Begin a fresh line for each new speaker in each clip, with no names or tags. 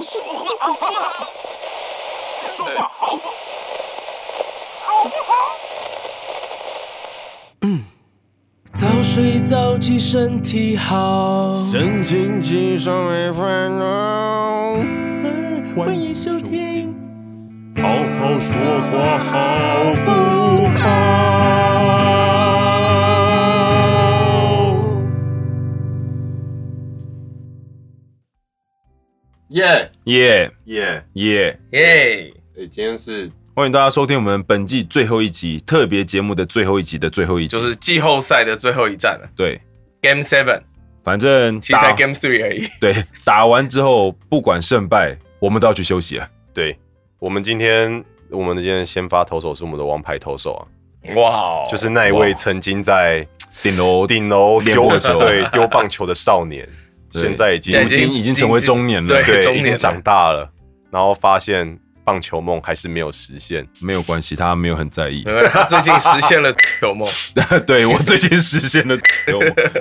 好不好？说话好说，好不好？
早睡早起身体好。
神清气爽没烦恼。嗯
欢迎收听。
好好说话好不好？
耶
耶
耶！
耶！
耶！哎，今天是
欢迎大家收听我们本季最后一集特别节目的最后一集的最后一集，
就是季后赛的最后一站了
对，
，Game Seven，
反正
其实才
打
Game Three 而已。
对打完之后不管胜败，我们都要去休息了。啊
对，我们今天我们今天先发投手是我们的王牌投手啊，
哇哦，
就是那一位曾经在
顶楼
顶楼
练
丢
过球
对丢棒球的少 年，
对
现在已经
现在
已经已经成为中年了，
对
对
中
已
年
经
了
长大了，然后发现棒球梦还是没有实现，
没有关系，他没有很 在意。
呃他最近实 现了球梦，
对我最近实现了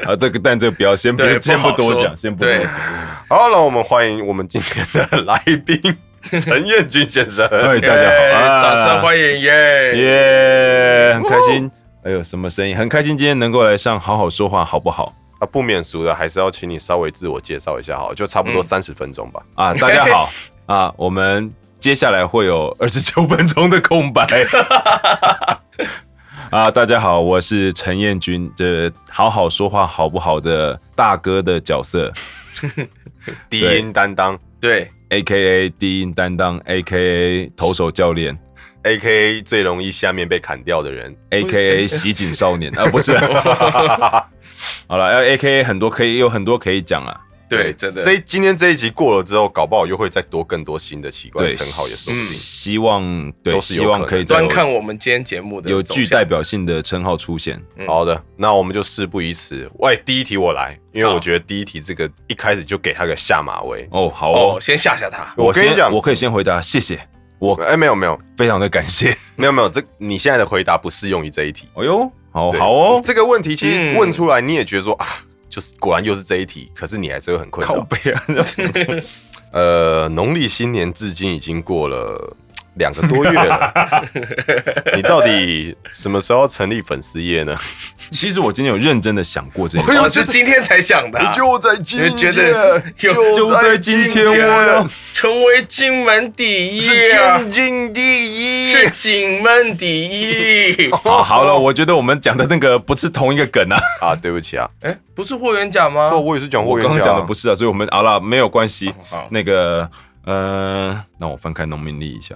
啊，这个但这个不要先 不
对不
先不
好
多
说
讲，先不多
对
讲。
好，那我们欢迎我们今天的来宾陈彦君先 生。
哎，大家好，
耶掌声欢迎耶！
迎耶，很开心。哎呦，什么声音？很开心今天能够来上好好说话，好不好？
啊，不免俗的，还是要请你稍微自我介绍一下，好了，就差不多
嗯
三十分钟吧。
啊，大家 好啊，我们接下来会有二十九分钟的空白。 啊，大家好，我是陈彦君，这好好说话好不好的大哥的角色
低音担当
对，
，A K A 低音担当，A K A 投手教练
，A K A 最容易下面被砍掉的人。
，A K A 袭警少年啊， 不是，好了，要 A K A 很多可以有很多可以讲啊，
对，真的，
这一今天这一集过了之后，搞不好又会再多更多新的奇怪
对
称号，也说不定。
希望对，
都是有
希望
可
可以
能
再
端
有
看我们今天节目的
有
走
具
向
代表性的称号出现。
嗯
好的，那我们就事不宜迟。喂，第一题我来，因为
好
我觉得第一题这个一开始就给他个下马威。
哦，好
哦
哦，，
先吓吓他。
我跟你
先
讲
我可以先回答，谢谢，我
哎，没有没有
非常的感谢。
没有没有，这你现在的回答不适用于这一题。
哎呦，好
对
好哦，
这个问题其实
嗯
问出来你也觉得说啊，就是果然又是这一题，可是你还是会很困扰。
背啊，
呃，农历新年至今已经过了两个多月了，你到底什么时候成立粉丝业呢？
其实我今天有认真的想过这件哎
哎
事，
呦
我哦是今天才想的啊，
在
因为觉得有
就在今天，哦我要
成为金门第一啊，
天经地义。啊
是金门第 一。
好好了，我觉得我们讲的那个不是同一个梗啊，
啊，对不起啊，
哎，不是霍元甲吗
那？
哦
我也是讲
我
霍元
刚
甲啊
刚讲的不是啊，所以我们好了，没有关系。
好
那个呃，那我翻开农民历一下，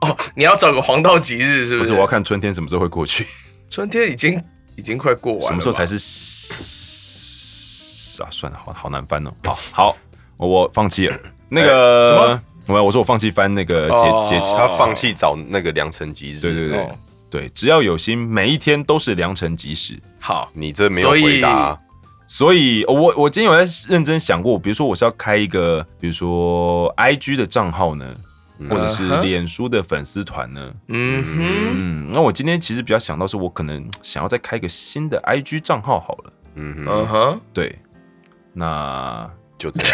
哦，你要找个黄道吉日是
不
不
是
是？
我要看春天什么时候会过去，
春天已经已经快过完了吧，哦
什么时候才是？啊，算了，好好难翻哦。好好，我放弃了。那个
哎什么？
我我说我放弃翻那个
哦
节节气。
他放弃找那个良辰吉日。
对对对、
哦
对，只要有心，每一天都是良辰吉时。
好？
你这没有回答啊。
所以，哦我我今天有在认真想过，比如说我是要开一个，比如说 I G 的账号呢，或者是
嗯哼
脸书的粉丝团呢。
嗯
嗯，那我今天其实比较想到是我可能想要再开一个新的 I G 账号好了。
嗯
哼，嗯
哼，
哼，
对，那
就这样。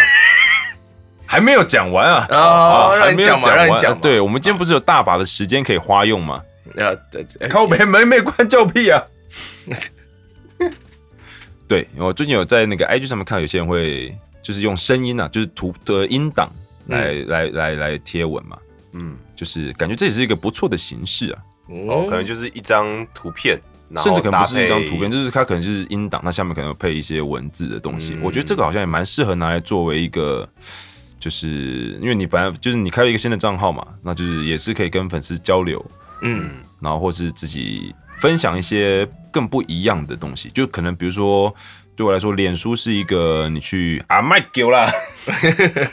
还没有讲完啊。
啊，让你讲嘛，
还没有
让你
完
讲嘛。
对，我们今天不是有大把的时间可以花用吗？
呃，对，哎
靠北门没关叫屁啊！ 对，我最近有在那个 IG 上面看到有些人会就是用声音啊，就是图的音档来、来来来贴文嘛，
嗯，
就是感觉这也是一个不错的形式啊，
哦
可能就是一张图片，然
甚
后
至可能
搭
不是
配
一张图片，就是它可能就是音档，那下面可能有配一些文字的东西。
嗯
我觉得这个好像也蛮适合拿来作为一个。就是因为你本来就是你开了一个新的账号嘛，那就是也是可以跟粉丝交流，
嗯，
然后或是自己分享一些更不一样的东西，就可能比如说。对我来说，脸书是一个你去啊卖狗啦，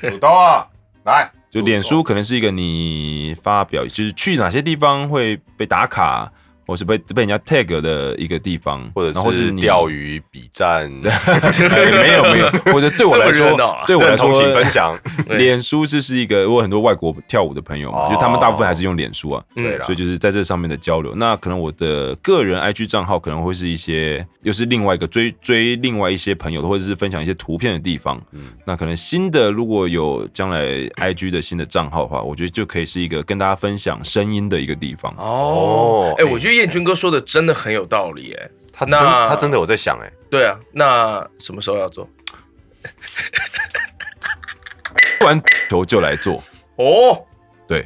土豆啊，来，
就脸书可能是一个你发表，就是去哪些地方会被打卡，或是被被人家 tag 的一个地方，
或者
然后
是
你
钓鱼比 战，
哎没有 没有，或者对我来
这么热
说，
闹啊
对我来
认
说
同，请分 享。
对
脸书是是一个，我有很多外国跳舞的朋友嘛，
哦
就他们大部分还是用脸书啊，
对啦
所以就是在这上面的交流。那可能我的个人 IG 账号可能会是一些，又是另外一个追追另外一些朋友的，或者是分享一些图片的地方。
嗯
那可能新的如果有将来 IG 的新的账号的话，我觉得就可以是一个跟大家分享声音的一个地方。
哦
哦，
哎、
哎
我觉得彦君哥说的真的很有道理、哎，
他真
那
他真的有在想哎、
对啊，那什么时候要做？
不然球就来做。
哦，
对，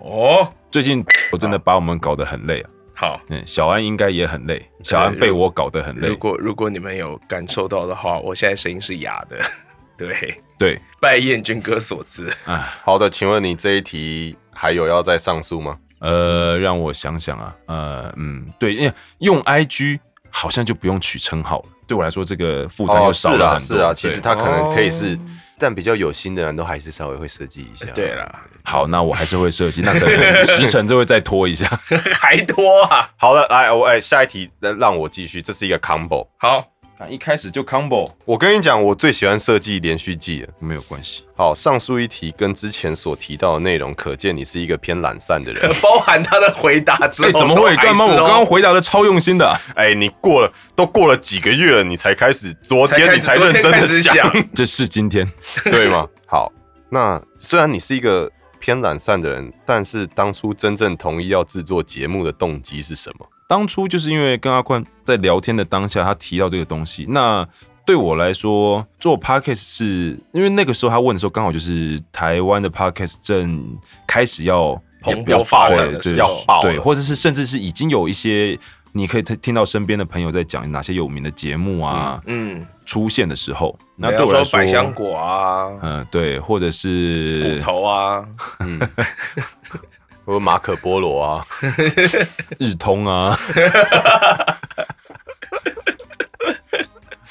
哦，
最近我真的把我们搞得很累啊，
好，
嗯，小安应该也很累，小安被我搞得很
如
累。
果如果你们有感受到的话，我现在声音是哑的， 对，
对
拜彦君哥所赐。
啊，
好的，请问你这一题还有要再上诉吗？
呃，让我想想啊，呃，嗯，对，因为用 IG 好像就不用取称号了，对我来说这个负担又
是
少了
啦
很多。
哦
哦
是啦，
对
其实他可能可以是，但比较有心的人都还是稍微会设计一下。
对啦，
好，那我还是会设计，那可 能时辰就会再拖一下。
还多啊！
好了，来我哎、下一题让让我继续，这是一个 combo。
好，。
一开始就 combo
我跟你讲，我最喜欢设计连续剧了。
没有关系，
好，上述一题跟之前所提到的内容，可见你是一个偏懒散的人
包含他的回答之
哎、
后，
怎么会？
都还
干嘛？
是
我
哦
刚刚回答的超用心的啊、
哎、你过了都过了几个月了，你才开始，昨
才
天
开
你
始
才认真
昨天
的
开始
想，
想
这是今天
对吗？好，那虽然你是一个偏懒散的人，但是当初真正同意要制作节目的动机是什么？
当初就是因为跟阿冠在聊天的当下，他提到这个东西，那对我来说做 podcast 是因为那个时候他问的时候，刚好就是台湾的 podcast 正开始要
蓬
不要
勃发
爆
展
了
的
对
时
要
候，
爆了
对，或者是甚至是已经有一些你可以听听到身边的朋友在讲哪些有名的节目啊、
嗯，
出现的时候，那
比
对
方
我来
说
说，
百香果啊、
嗯、对，或者
骨
是
头啊，
我说马可波罗啊，
日通啊，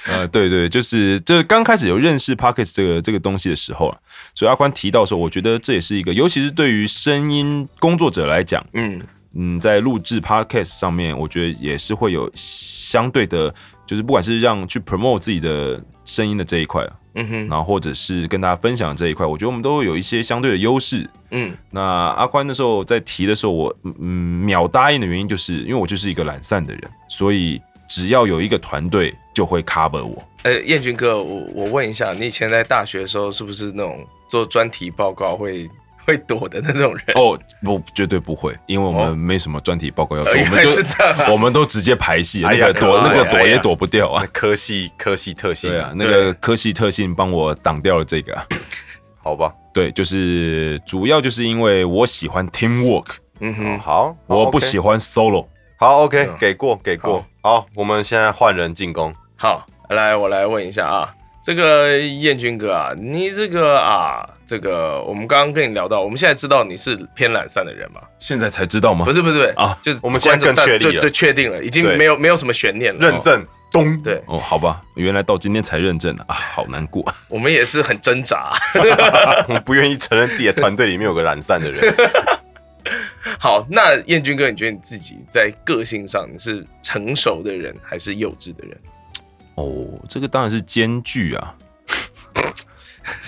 呃，对对，就是这刚开始有认识 Pockets 这个这个东西的时候啊，所以阿宽提到说，我觉得这也是一个，尤其是对于声音工作者来讲，
嗯，
嗯，在录制 Podcast 上面，我觉得也是会有相对的，就是不管是让去 promote 自己的声音的这一块啊，
嗯哼，
然后或者是跟大家分享这一块，我觉得我们都会有一些相对的优势，
嗯，
那阿宽那时候在提的时候，我嗯嗯秒答应的原因，就是因为我就是一个懒散的人，所以只要有一个团队就会 cover 我。
呃，彦君哥，我我问一下，你以前在大学的时候是不是那种做专题报告会 会躲的那种人？
哦，不，绝对不会，因为我
哦
们没什么专题报告要做，
呃
我
原
们
来
就是
这样啊
我们都直接排戏，
哎
那
呀
个躲
哎呀
那个躲
哎呀
也躲不掉啊
那。科系科系特性
对啊，那个科系特性帮我挡掉了这个啊。
好吧，
对，就是主要就是因为我喜欢 teamwork，
嗯
嗯，
哦
哼，
好，
我不喜
行。
欢 solo。
好
嗯
，OK，给过给过。好，我们现在换人进攻。
好，来我来问一下啊，这个彦君哥啊，你这个啊，这个我们刚刚跟你聊到，我们现在知道你是偏懒散的人嘛？
现在才知道吗？
不
是，
是不是不是
啊
就是
我们现在更
观众
确立
对
了
对，确定了，已经
对
没有没有什么悬念了。
认证，咚，
对
哦，好吧，原来到今天才认证啊，好难过。
哦我们也是很挣扎。
我不愿意承认自己的团队里面有个懒散的人。
好，那彦君哥，你觉得你自己在个性上你是成熟的人还是幼稚的人？
哦，这个当然是兼具啊。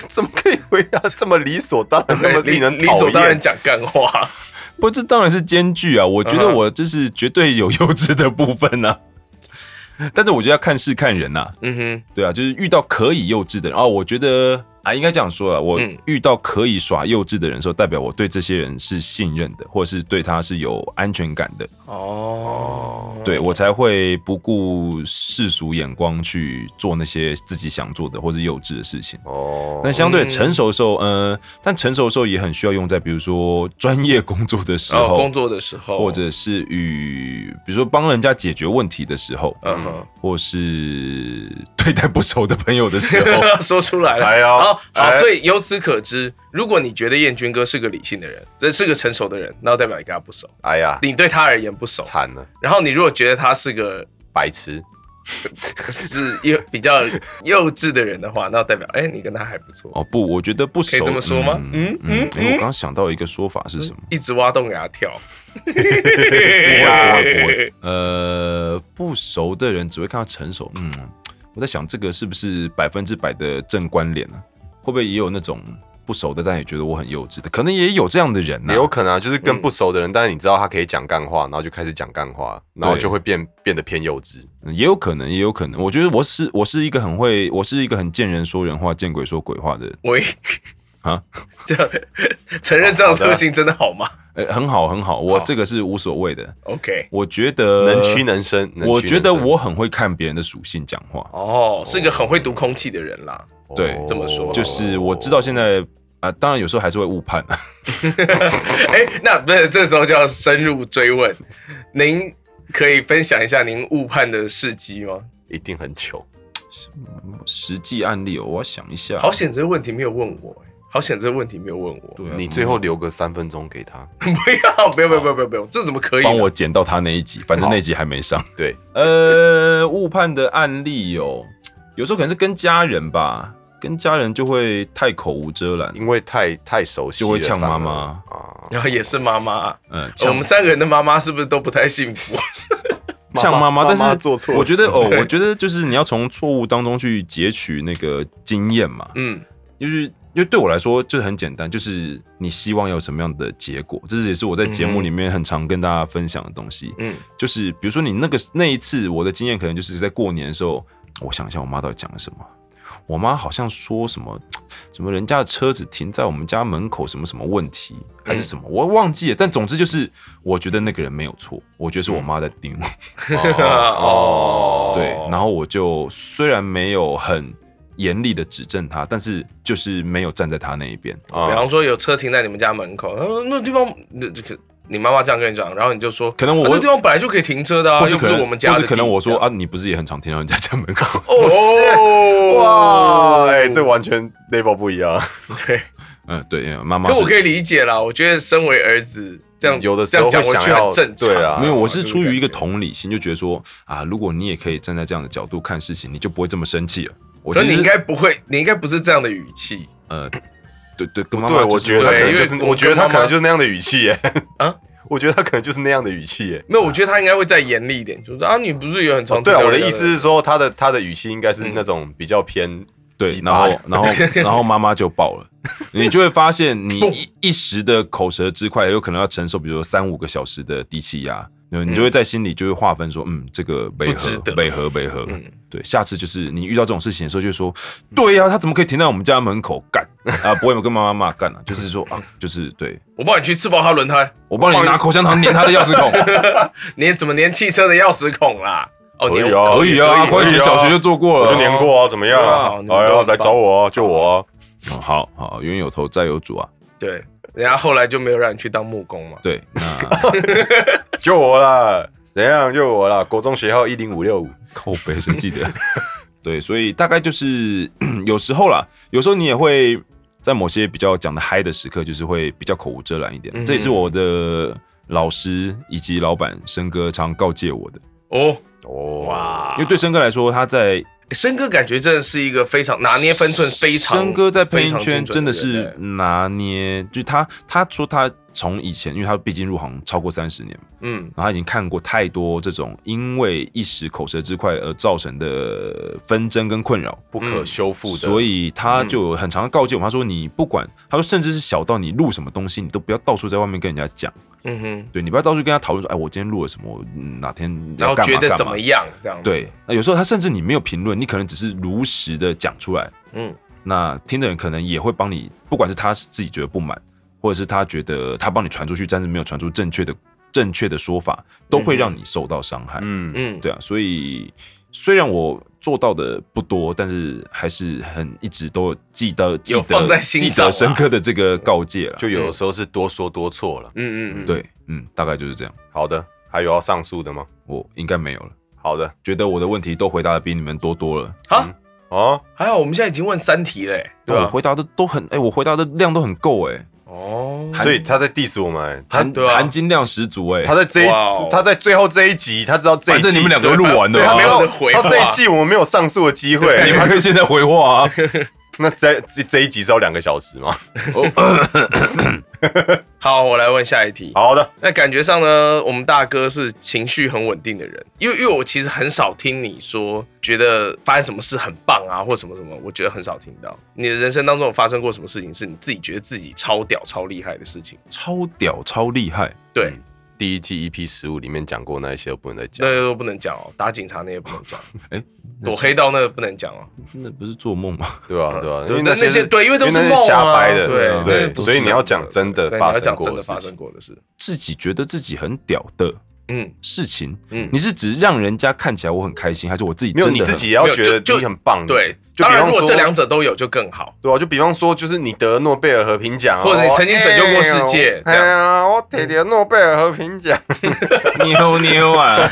怎么可以回答这么理所当然、 那么令人
哎理理
讨
所当然
厌？
讲干话。
不，这当然是兼具啊。我觉得
嗯哼
我就是绝对有 幼稚的部分啊。但是我觉得要看事看人呐、啊，
嗯哼，
对啊，就是遇到可以幼稚的人哦，我觉得啊，应该这样说了，我
嗯
遇到可以耍幼稚的人的时候，代表我对这些人是信任的，或者是对他是有安全感的，
哦，
对我才会不顾世俗眼光去做那些自己想做的或是幼稚的事情。
哦
那相对
嗯
成熟的时候，呃，但成熟的时候也很需要用在比如说专业工作的时
然后
候，
哦工作的时候，
或者是与比如说帮人家解决问题的时候，
嗯 哼，
或是对待不熟的朋友的时 候，
说出来了。
哎呦
好好，
哎
所以由此可知，如果你觉得彦君哥是个理性的人，这是个成熟的人，那代表你跟他不熟，
哎呀，
你对他而言不熟。
惨了，
然后你如果觉得他是个
白痴！
是幼比较幼稚的人的话，那代表哎、你跟他还不错，
哦不，我觉得不熟
可以这么说吗
嗯
嗯
嗯，
嗯
哎，我刚刚想到一个说法是什么？
一直挖洞给他跳。嗯
我呃，不熟的人只会看到成熟。嗯，我在想这个是不是百分之百的正关联呢、啊会不会也有那种不熟的，但也觉得我很幼稚的？可能也有这样的人呢、
也有可能啊，就是跟不熟的人，但是你知道他可以讲干话，然后就开始讲干话，然后就会变变得偏幼稚。
嗯也有可能，也有可能。我觉得我是我是一个很会，我是一个很见人说人话、见鬼说鬼话的人。
喂，
啊，
这样承认这样的特性真的好吗
呃，很好，很好，我
好
这个是无所谓的。
？OK，
我觉得
能屈能伸能屈能伸
呃我觉得我很会看别人的属性讲话。
哦，是个很会读空气的人啦。
对
哦
这么说
就是我知道现在啊、当然有时候还是会误判、啊。
哎、那不是这时候就要深入追问，您可以分享一下您误判的事迹吗？
一定很糗。
实际案例、哦，我要想一下。
好险，这个问题没有问我、哎好险，这个问题没有问我。
对啊，
你
怎么
最后留个三分钟给他，
不要， 不要，不要，不要，不要，不要，这怎么可以呢？
啊
帮我剪到他那一集，反正那一集还 没上。
对，
呃，误判的案例有，有时候可能是跟家人吧，跟家人就会太口无遮拦，
因为太太熟悉了，
就会呛
反而
妈妈
啊，
然后 也是妈
嗯、
妈，
哦
呃，
我
呛
们三个人的妈妈是不是都不太幸福？
呛妈妈，但是
做错事，
我觉得哦，我觉得就是你要从错误当中去截取那个经验嘛，
嗯，
就是因为对我来说就是很简单，就是你希望有什么样的结果，这是也是我在节目里面很常跟大家分享的东西。
嗯
嗯，就是比如说你那个那一次，我的经验可能就是在过年的时候，我想一下我妈到底讲了什么。我妈好像说什么，什么人家的车子停在我们家门口，什么什么问题，还是什么，我忘记了。但总之就是，我觉得那个人没有错，我觉得是我妈在盯我。
啊
哦
对，然后我就虽然没有很严厉的指正他，但是就是没有站在他那一边。
啊
比方说有车停在你们家门口，呃那地方那就是你妈妈这样跟你讲，然后你就说，
可能我
啊那地方本来就可以停车的啊，
或是
又不
可
是
能，
我们家的
或
地，
是可能我 说
这样
啊，，你不是也很常听到人家家门口？
哦，
哇，哎，这完全 level 不一样。
对，
嗯，对，妈妈
可我可
以，
以理解啦，我觉得身为儿子这样
有的时
这
候会
样讲回去
想要
很正常，
对啊
没有，我是
这种
出于一个
感觉
同理心，就觉得说啊，如果你也可以站在这样的角度看事情，你就不会这么生气了。我
可
觉
是
得
你应该不会，你应该不是这样的语气
呃，对对，跟妈妈
对，
就
我
是
觉得他可能就
对因
是，
为
我觉得
我
他
跟妈妈
可能就是那样的语气耶。
啊
啊， 我觉得他可能就是那样的语气耶。
没有，我觉得他应该会再严厉一点，就是啊，你不是也很常
哦，对啊，嗯
听到
我的
人
意
家
思是说，他的他的语气应该是那种比较偏
对，
鸡
然
巴
后
的
然后然后妈妈就爆了，你就会发现你一一时的口舌之快，有可能要承受，比如说三五个小时的低气压，然后你就会在心里就会划分说，嗯，这个北
不值
河
得
北河北河
嗯，
对，下次就是你遇到这种事情的时候，就说，对呀、他怎么可以停在我们家门口干啊？不会跟妈妈骂干啊，就是说啊，就是对
我帮你去刺爆他轮胎，
我帮你拿口香糖粘他的钥匙孔，
你怎么粘汽车的钥匙孔啦？哦，
可以
粘
啊
可以 啊，
哎
可以
快姐小学就做过
我
了，
就年过啊，怎么样啊
对啊？
哎
你都
呀，
很棒
来找我啊，救我啊！
哦好好，冤有头债有主啊，
对，人家后来就没有让你去当木工嘛。
对，那
救我啦！怎样救我啦？国中学号一零五六五，
靠背谁记得？ 对，所以大概就是 有时候啦，有时候你也会在某些比较讲的嗨的时刻，就是会比较口无遮拦一点。
嗯
这也是我的老师以及老板生哥常告诫我的，
哦，
哦，
哇，
因为对生哥来说，他在
森哥感觉真的是一个非常拿捏分寸非常，
生哥在配音
非常精
圈
准
真的
人
是
欸
拿捏，就是他他说他从以前，因为他毕竟入行超过三十年嘛，
嗯，
然后他已经看过太多这种因为一时口舌之快而造成的纷争跟困扰。
不可修复的，
所以他就
嗯
有很常告诫我们，他说你不管，他说甚至是小到你录什么东西，你都不要到处在外面跟人家讲，
嗯哼，
对你不要到处跟他讨论说，哎，我今天录了什么，我嗯哪天
然
要
后
干
觉
嘛
得
干嘛。
怎么样这样子，
对，，那有时候他甚至你没有评论，你可能只是如实的讲出来，
嗯，
那听的人可能也会帮你，不管是他自己觉得不满，或者是他觉得他帮你传出去，但是没有传出正确的正确的说法，都会让你受到伤害。
嗯，
嗯，
对啊，所以虽然我做到的不多，但是还是很一直都记得记得
放在心
记
上啊
得深刻的这个告诫了。
就有的时候是多说多错了。
嗯嗯嗯，
对，嗯，大概就是这样。
好的，还有要上诉的吗？
我应该没有了，
好的，
觉得我的问题都回答的比你们多多了。
哦，
好，
啊
哦啊
还好我们现在已经问三题嘞，对吧欸
我？回答的都很，哎、我回答的量都很够，哎，
哦，哦，
所以他在 diss 我们，欸他
含
对啊
含金量十足哎、
他在这一
哇哦
他在最后这一集，他知道这一
反
季
正你们两个都录完
对
了
他
啊，
没
对
有
他回话
他这一季我们没有上诉的机会，
你
你
们还
们
可以现在回 话啊。
那这这这一集是要两个小时吗？
哦好，我来问下一题。
好的，
那感觉上呢，我们大哥是情绪很稳定的人，因为因为我其实很少听你说觉得发生什么事很棒啊，或什么什么，我觉得很少听到。你的人生当中有发生过什么事情是你自己觉得自己超屌、超厉害的事情？
超屌，超厉害，
对，
嗯第一季 EP 十五里面讲过那一些都不能再讲
那，都不能讲哦，打警察那也 不能讲，
哎
躲黑道那个不能讲哦。
那不是做梦吗？
对吧？对吧？因
就
为
那
些
些对，因为都是
因为那
梦啊
些瞎掰的，
对啊
对
对
那都是
所以你
真的
要讲真的
对
发
你要
生
讲
过
真
的
的
事情
发生过的事。
自己觉得自己很屌的
嗯
事情，
嗯，
你是指让人家看起来我很开心，还是我自己
没有
真
你
的
自
很
己 也要觉
没有就
得你很棒的，
对，
就
当
比
然
方
如果
说
这两者都有就更好。
对啊，就比方说，就是你得诺贝尔和平奖啊，
或者你曾经拯救过世界
哎
这样嗯
呀，我得了诺贝尔和平奖，
妞妞啊，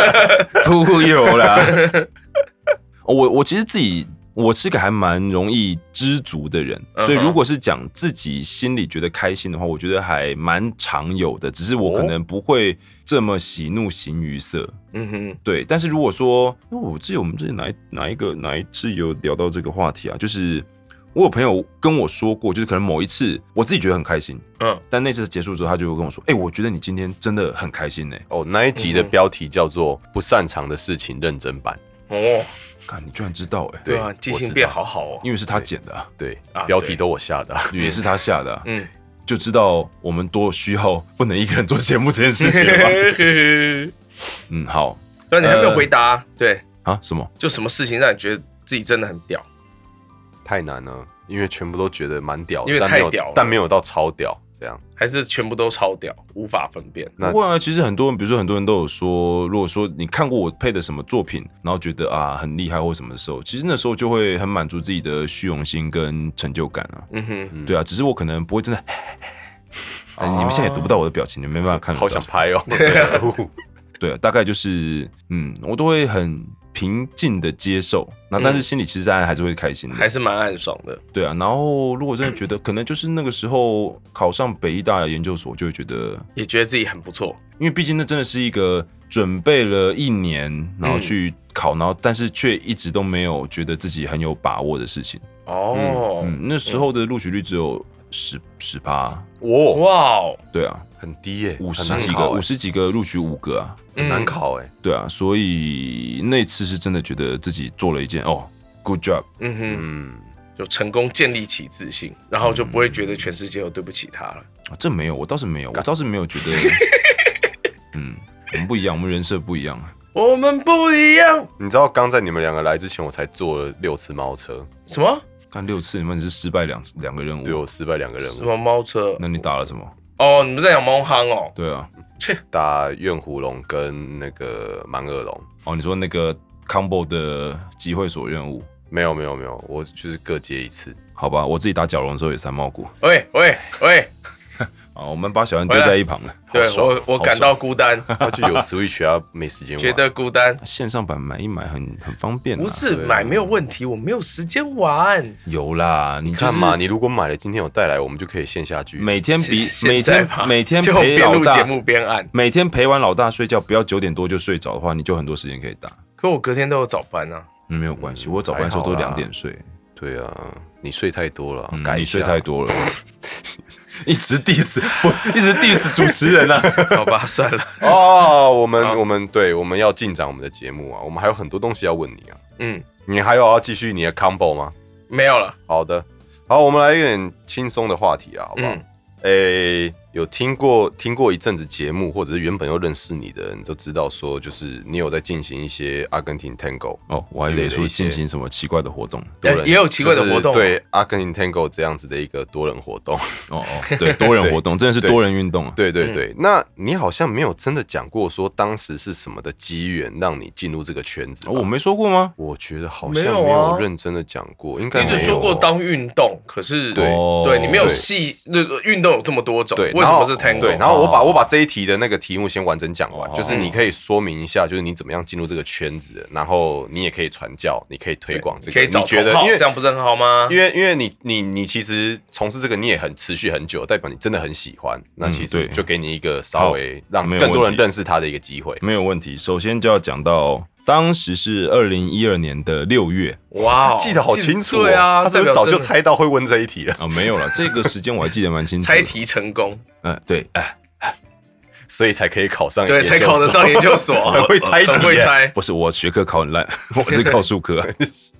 忽悠啦。哦 我我其实自己我是个还蛮容易知足的人
嗯哼
所以如果是讲自己心里觉得开心的话，我觉得还蛮常有的，只是我可能不会这么喜怒形于色。
嗯哼，
对，但是如果说，因为我记得我们之前哪一哪一个哪一次有聊到这个话题啊，就是我有朋友跟我说过，就是可能某一次我自己觉得很开心，
嗯，
但那次结束之后，他就会跟我说，哎、我觉得你今天真的很开心呢、
哦，那一集的标题叫做“不擅长的事情认真版
哦，
看你居然知道哎、
对
啊，记
我
性
知
变
道
好好哦。”，
因为是他剪的、啊，”，
对
啊，
标题
对
都我下的啊，
也是他下的、啊，
嗯，
就知道我们多需要不能一个人做节目这件事情了 吧？嗯，好
但你还没有
呃
回答、对，
啊，什么？
就什么事情让你觉得自己真的很屌？
太难了，因为全部都觉得蛮屌的，
因为
但没有
太屌了
但没有到超屌这样。
还是全部都超屌，无法分辨？
那
不过啊，其实很多人，比如说很多人都有说，如果说你看过我配的什么作品，然后觉得啊很厉害或什么的时候，其实那时候就会很满足自己的虚荣心跟成就感啊。
嗯哼，
嗯
对啊，只是我可能不会真的。 哎你们现在也读不到我的表情，你们没办法
嗯
看得到。
好想拍 哦， 对
对，啊大概就是，嗯，我都会很平静的接受，那但是
嗯
心里其实当然还是会开心的，
还是蛮暗爽的。
对啊。然后如果真的觉得，可能就是那个时候考上北医大研究所，就会觉得，
也觉得自己很不错，
因为毕竟那真的是一个准备了一年，然后去考，然后但是却一直都没有觉得自己很有把握的事情。
哦，
嗯，那时候的录取率只有十十趴，嗯
我
哇哦，
对啊，
很低耶，
五十
很难
几个，
考欸
五
耶
十几个录取五个啊，
很
嗯
难考哎。
对啊，所以那次是真的觉得自己做了一件哦，good job。
嗯哼，
嗯，
就成功建立起自信，然后就不会觉得全世界都对不起他了。
啊，这没有，我倒是没有，我倒是没有觉得， 嗯，我们不一样，我们人设不一样啊。
我们不一样，
你知道刚在你们两个来之前，我才坐了六次猫车，
什么
看六次，你们只是失败两次两个任务，
对我失败两个人
什
物，
么猫车？
那你打了什么？
哦，你们在讲猫夯哦？
对啊，
打怨虎龙跟那个蛮恶龙。
哦，你说那个 combo 的集会所任务，
没有没有没有，我就是各接一次。
好吧，我自己打角龙的时候也三毛股
喂喂喂，
啊，我们把小安丢在一旁了。
对
好爽
我我
好
感
爽
到 孤单，
他就有 Switch 啊，没时间玩。
觉得孤单。
线上版买一买很很方便、啊，
不是
对
买没有问题，我没有时间玩。
有啦，你、就是、
看嘛，你如果买了，今天有带来，我们就可以线下聚。
每天比
现
每
在
天
吧
每天
就
陪
边
老
录节
大。
目边按，
每天陪完老大睡觉，不要九点多就睡着的话，你就很多时间可以打。
可我隔天都有早班 啊。
嗯没有关系，我早班的时候都
还好啦
两点睡，
对啊，你睡太多了，
嗯
改一
你
下
睡太。多了，一直 diss 不一直 diss 主持人啊。
好吧，算了。
哦，我
好
们我们对我们要进展我们的节目啊，我们还有很多东西要问你啊。
嗯，
你还有要继续你的 combo 吗？
没有了。
好的，好，我们来一点轻松的话题啊，好不好？
嗯
诶、有听过听过一阵子节目，或者是原本又认识你的人都知道，说就是你有在进行一些阿根廷 Tango
哦，我还以
之类
为
的
说
一些
进行什么奇怪的活动。
多人
也有奇怪的活动啊
就是对阿根廷 Tango 这样子的一个多人活动。
哦 哦，对，多人活动真的是
对
多人运动啊。
对对
嗯
对，那你好像没有真的讲过说当时是什么的机缘让你进入这个圈子吧、
哦，我没说过吗？
我觉得好
没
像
有啊
没有认真的讲过，应该
一
没
直
有哦
说过当运动，可是
对
对你没有细那个运动有这么多种
对，，
为什么是 tango？哦
对，然后我把我把这一题的那个题目先完整讲完，
哦
就是
嗯
你可以说明一下，就是你怎么样进入这个圈子的，然后你也可以传教，你可以推广这
可
个，
以找
你觉得
同好
因为
这样不是很好吗？
因为因为你你你其实从事这个你也很持续很久，代表你真的很喜欢，那其
对
实就给你一个稍微让
没有
更多
问
人
题嗯
认识他的一个机会。
没有问题。首先就要讲到，当时是二零一二年的六月
哇
他
哦，
记得好清楚、哦，
对啊，
他是不
代
是
表
早
真
就
的
猜到会问这一题了？
啊、没有 了，这个时间我还记得蛮清楚。
猜，题成功，
嗯，对，哎，
所以才可以考上
对，
研究
才考得
所
上研究所，
很会猜题耶
很会猜。
不是我学科考很 烂，我是靠数科。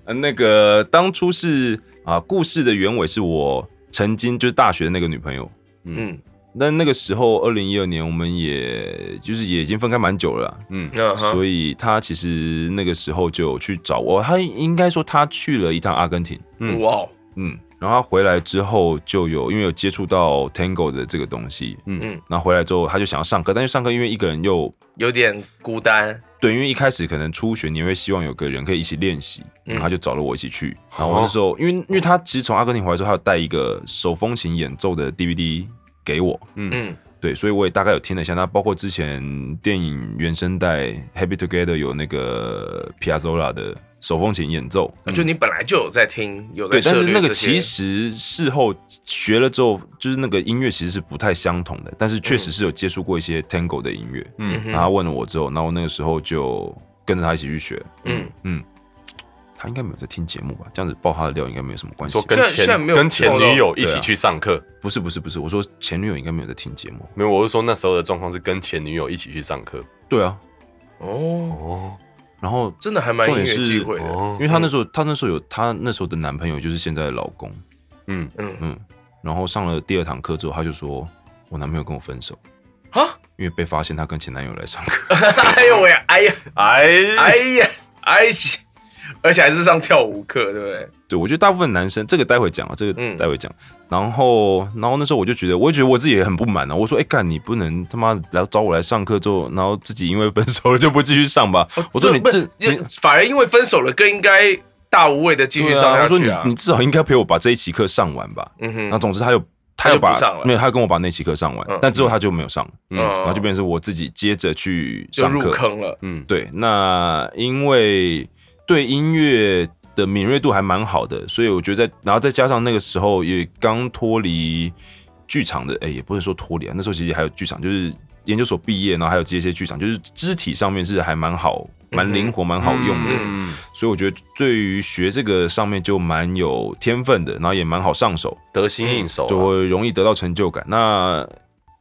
呃那个当初是啊，故事的原委是我曾经就是大学的那个女朋友，
嗯
嗯
那那个时候，二零一二年，我们也就是也已经分开蛮久了啦、
嗯，
嗯哼，
所以他其实那个时候就有去找我，他应该说他去了一趟阿根廷，
嗯
哇哦，
嗯，然后他回来之后就有因为有接触到 Tango 的这个东西，
嗯
嗯
然后回来之后他就想要上课，但是上课因为一个人又
有点孤单，
对，因为一开始可能初学，你会希望有个人可以一起练习，
嗯啊
然后他就找了我一起去。
好
然后我那时候，因为因为他其实从阿根廷回来之后，他有带一个手风琴演奏的 DVD 给我，
嗯
对，所以我也大概有听了一下。那包括之前电影原声带《Happy Together》有那个 Piazzolla 的手风琴演奏，
啊就你本来就有在听，有在
对，但
涉
是
猎
那个
这些
其实事后学了之后，就是那个音乐其实是不太相同的，但是确实是有接触过一些 Tango 的音乐。
嗯
然后他
哼
问了我之后，然后那个时候就跟着他一起去学。
嗯，
他应该没有在听节目吧？这样子爆他的料应该没有什么关系
说。跟
虽然虽然
前
没有
跟前女友一
对
起
啊
去上课，
不是不是不是，我说前女友应该没有在听节目。
没有，我是说那时候的状况是跟前女友一起去上课。
对啊，
哦，
哦
然后
真的还蛮因
重点
缘
是
际会的，
哦
因为她那时候她那时候有她那时候的男朋友就是现在的老公，
嗯，
嗯
嗯，然后上了第二堂课之后，她就说我男朋友跟我分手，
啊，
因为被发现她跟前男友来上课。
哎呦喂，哎呀，
哎
哎呀，哎呀，而且还是上跳舞课，对不对？
对，我觉得大部分男生这个待会讲啊，这个
嗯
待会讲。然后然后那时候我就觉得，我也觉得我自己也很不满啊，我说哎干、你不能他妈来找我来上课之后，然后自己因为分手了就不继续上吧？我说你
哦不
这
不就
你
反而因为分手了，更应该大无畏的继续
对
上
啊，
下
我说
去
你
啊。
你至少应该陪我把这一期课上完吧。
嗯
那
哼，
总之他又他
他就
又把
不上了
没有，他跟我把那期课上完
嗯，
但之后他就没有上，
嗯
然后就变成是我自己接着去
哦就
上
入
课。
坑了。
嗯，
对，那因为对音乐的敏锐度还蛮好的，所以我觉得在，然后再加上那个时候也刚脱离剧场的，哎，也不是说脱离啊，那时候其实还有剧场，就是研究所毕业，然后还有接一些剧场，就是肢体上面是还蛮好、蛮灵活、蛮好用的。
嗯，
所以我觉得对于学这个上面就蛮有天分的，然后也蛮好上手，
得心应手啊，
就会容易得到成就感。那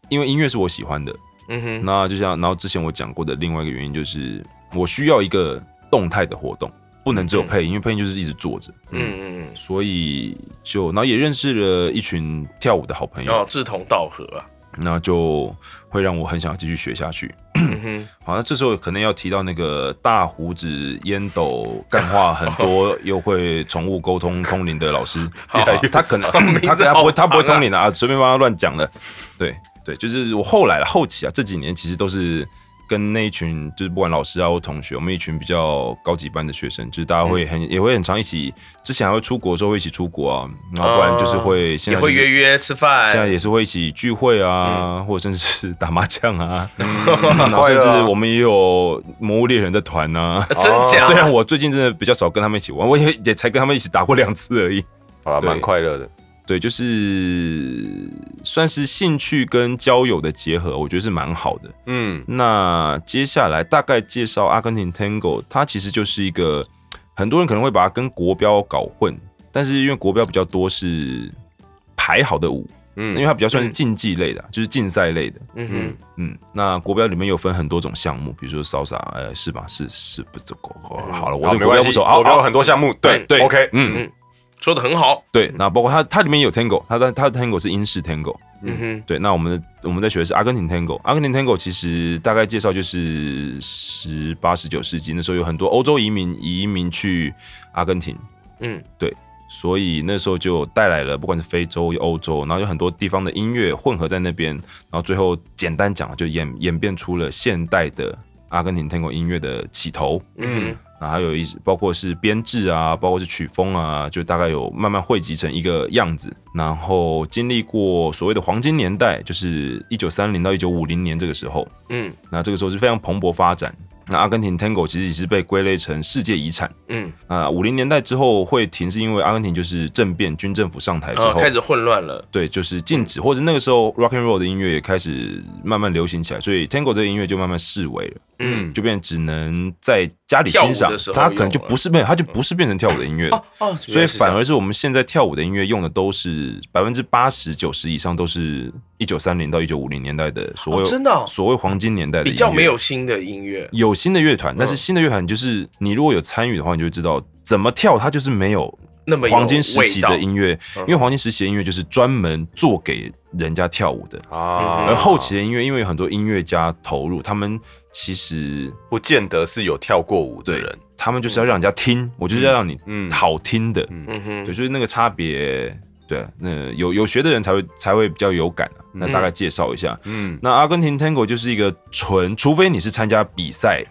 因为音乐是我喜欢的，
嗯哼，
那就像然后之前我讲过的另外一个原因就是，我需要一个动态的活动，不能只有配音，因为配音就是一直坐着，
嗯嗯
所以就然后也认识了一群跳舞的好朋
嗯，
友
哦，，志同道合啊。
那就会让我很想继续学下去。
嗯哼，
好，那这时候可能要提到那个大胡子烟斗干话很 多，又会宠物沟通通灵的老师，
好好
他可能
名字
他可能他
好
不会他不会
长啊
通灵的啊，随便帮他乱讲的。对对，就是我后来后期啊，这几年其实都是跟那一群就是不管老师啊或同学，我们一群比较高级班的学生，就是大家
嗯
会很、也会很常一起，之前还会出国的时候会一起出国啊，然后不然就是会、现
哦也
在、
会约。嗯约吃饭。
现在也是会一起聚会啊，或者甚至是打麻将啊，
嗯
很
然后
快
甚
乐
至
啊
我们也有《魔物猎人》的团呐、
啊 真假？
虽然我最近真的比较少跟他们一起玩，我也也才跟他们一起打过两次而已。
好了，
对
蛮快乐的。
对，就是算是兴趣跟交友的结合，我觉得是蛮好的。
嗯，
那接下来大概介绍阿根廷 Tango，它其实就是一个很多人可能会把它跟国标搞混，但是因为国标比较多是排好的舞，
嗯
因为它比较算是
嗯
竞技类的啊，就是竞赛类的。
嗯哼，
嗯，那国标里面有分很多种项目，比如说骚洒，呃，是吧？是是不这个？哦好了，我
嗯好，
对
没
国标
关
不
系，
熟，好
我们有
好
很多项目，对
对
，OK，
嗯，
说的很好。
对。那包括它，它里面有 tango，它的它的 tango 是英式 tango。
嗯哼，
对，那我们我们在学的是阿根廷 tango。阿根廷 tango 其实大概介绍就是十八、十九世纪那时候有很多欧洲移民移民去阿根廷，
嗯，
所以那时候就带来了不管是非洲、欧洲，然后有很多地方的音乐混合在那边，然后最后简单讲就演演变出了现代的阿根廷 tango 音乐的起头。
嗯
那还有一包括是编制啊，包括是曲风啊，就大概有慢慢汇集成一个样子。然后经历过所谓的黄金年代，就是一九三零到一九五零年这个时候，
嗯
那这个时候是非常蓬勃发展。那阿根廷 Tango 其实也是被归类成世界遗产。
嗯，
啊，五零年代之后会停，是因为阿根廷就是政变，军政府上台之
然
后、
哎呃哦后开始混乱了。
对，就是禁止，或者那个时候 rock and roll 的音乐也开始慢慢流行起来，所以 tango 这个音乐就慢慢式微了，
嗯，
就变只能在家里
跳舞
欣赏
的时，候
它可能
用
就
了嗯
不是变，它就不是变成跳舞的音乐了。
哦哦，
所以反而是我们现在跳舞的音乐用的都是百分之八十九十以上都是一九三零到一九五零年代的所谓、
哦真的哦
所谓黄金年代的音乐
比较没有新的音乐。
有新的乐团，但是
嗯
新的乐团就是你如果有参与的话，你就会知道怎么跳，它就是没有
那么有
黄金时期
味道
的音乐，
嗯
因为黄金时期的音乐就是专门做给人家跳舞的。
啊
嗯而后期的音乐，因为有很多音乐家投入，他们其实
不见得是有跳过舞的
对
人，
他们就是要让人家听，我就是要让你
嗯
好听的，
嗯
嗯哼
对，，就是那个差别，对，那有有学的人才会才会比较有感、啊。那大概介绍一下，
嗯，
那阿根廷 Tango 就是一个纯，除非你是参加 比赛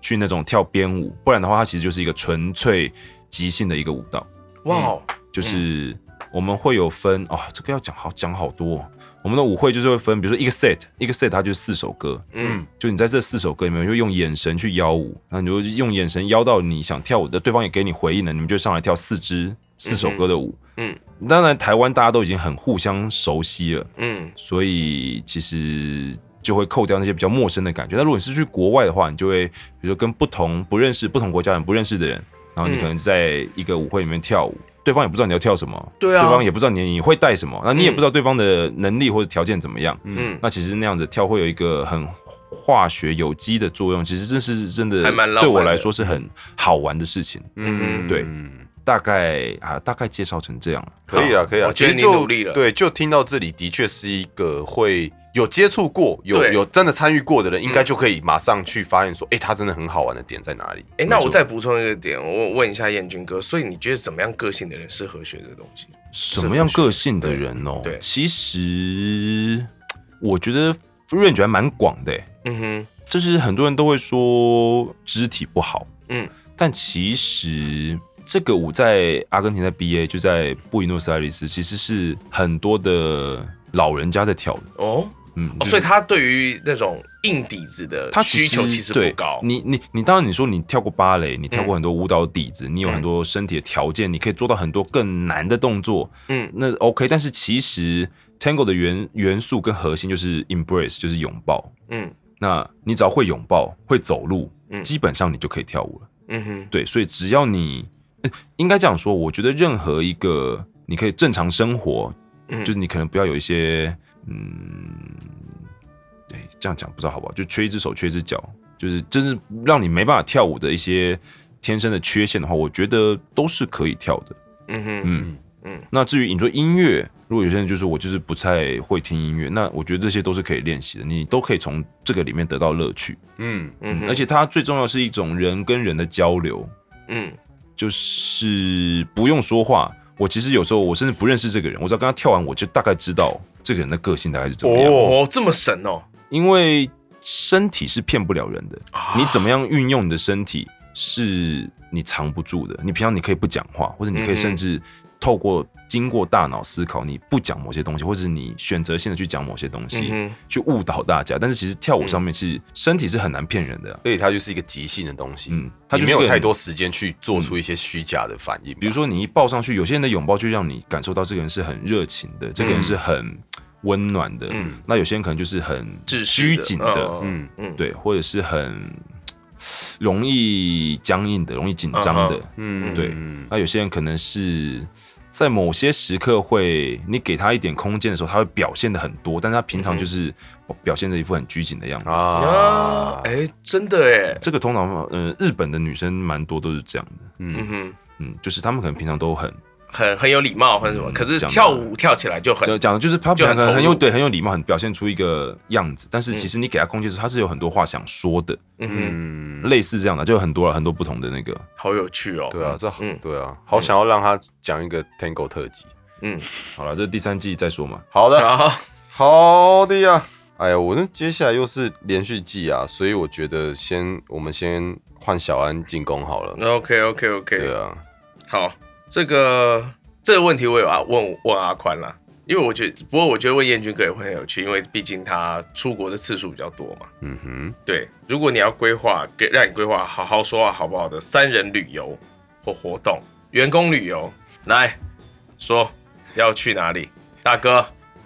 去那种跳编舞，不然的话，它其实就是一个纯粹即兴的一个舞蹈。
哇哦，
就是我们会有分哦，这个要讲好讲好多、哦。我们的舞会就是会分，比如说一个 set，一个 set 它就是四首歌，
嗯，
就你在这四首歌里面，就用眼神去邀舞，然后你就用眼神邀到你想跳舞的，对方也给你回应了，你们就上来跳四支四首歌的舞。
嗯
当然台湾大家都已经很互相熟悉了，
嗯
所以其实就会扣掉那些比较陌生的感觉。那如果你是去国外的话，你就会比如说跟不同不认识、不同国家人不认识的人，然后你
嗯
可能在一个舞会里面跳舞，对方也不知道你要跳什么，
对啊
对方也不知道你你会带什么，那你也
嗯
不知道对方的能力或者条件怎么样。
嗯，
那其实那样子跳会有一个很化学有机的作用，其实这是真的
还蛮浪漫的
对我来说是很好玩的事情。
嗯
对大概啊，大概介绍成这样了。
可以啊，可以啊，
我觉
其
得
实就
你努力了
对，就听到这里，的确是一个会有接触过、有
对
有真的参与过
嗯
的人，应该就可以马上去发现说，哎、它真的很好玩的点在哪里？
哎，
没
那我
错
再补充一个点，我问一下彦君哥，所以你觉得怎么样个性的人适合学这个东西？
什么样个性的人哦、
对对
其实我觉得 range 还蛮广的、欸，
嗯哼，
就是很多人都会说肢体不好，
嗯，
但其实这个舞在阿根廷在 BA 就在布宜诺斯艾利斯，其实是很多的老人家在跳的，
哦，
嗯，
哦
就是
所以他对于那种硬底子的
他
需求其实不
对
高。
你你你当然你说你跳过芭蕾，你跳过很多舞蹈底子，你有
嗯
很多身体的条件，你可以做到很多更难的动作，
嗯
那 OK。但是其实 Tango 的元元素跟核心就是 embrace，就是拥抱。
嗯
那你只要会拥抱、会走路，
嗯
基本上你就可以跳舞了。
嗯哼，
对，所以只要你、呃应该这样说，我觉得任何一个你可以正常生活，
嗯
就是你可能不要有一些嗯，对，这样讲不知道好不好，就缺一只手缺一只脚，就是真是让你没办法跳舞的一些天生的缺陷的话，我觉得都是可以跳的。
嗯哼，
嗯
嗯
嗯。那至于你说音乐，如果有些人就是我就是不太会听音乐，那我觉得这些都是可以练习的，你都可以从这个里面得到乐趣。
嗯，
嗯哼，
而且它最重要是一种人跟人的交流，
嗯
就是不用说话。我其实有时候我甚至不认识这个人，我只要跟他跳完，我就大概知道这个人的个性大概是怎么样。
哦，
哦，这么神哦，
因为身体是骗不了人的，
啊
你怎么样运用你的身体是你藏不住的。你平常你可以不讲话，或者你可
嗯
以
哼
甚至透过经过大脑思考，你不讲某些东西，或者是你选择性的去讲某些东西，
嗯哼
去误导大家。但是其实跳舞上面是、身体是很难骗人的、啊。
所以它就是一个即兴的东西，
嗯，它
它
就是
没有
个嗯
太多。时间去做出一些虚假的反应吧，
比如说你一抱上去，有些人的拥抱就让你感受到这个人是很热情的，这个人是很温暖的。
嗯
那有些人可能就是很
秩序
拘
的
谨的
嗯
嗯
嗯，
对，或者是很容易僵硬的、容易紧张的。
嗯
嗯，
对
嗯
那有些人可能是在某些时刻会，你给他一点空间的时候，他会表现的很多，但是他平常就是哦表现着一副很拘谨的样子。
啊
啊，，哎，真的哎，
这个通常，嗯、日本的女生蛮多都是这样的，
嗯
嗯，
哼，
嗯，就是她们可能平常都很，
很很有礼貌，很什么，
嗯
可是
讲得
跳舞跳起来就很
讲讲的就是她
就
平
很
常可能很
投
有
入
对很有礼貌，很表现出一个样子，但是其实你给她空间的时候，她是有很多话想说的，
嗯哼，
嗯，
类似这样的就有很多了，很多不同的那个，
好有趣哦。
对啊，，这好
嗯，
对啊，好想要让他讲一个 Tango 特辑。
嗯，
好了，这第三季再说嘛。
好的，
然后
好的呀。哎呀，我那接下来又是连续剧啊，所以我觉得先我们先换小安进攻好了。
OK OK OK，
对啊，
好，这个这个问题我有啊问问阿宽啦，因为我觉得，不过我觉得问燕军哥也会很有趣，因为毕竟他出国的次数比较多嘛。
嗯哼，
对，如果你要规划，给让你规划好好说话好不好的三人旅游或活动、员工旅游，来说要去哪里？大哥，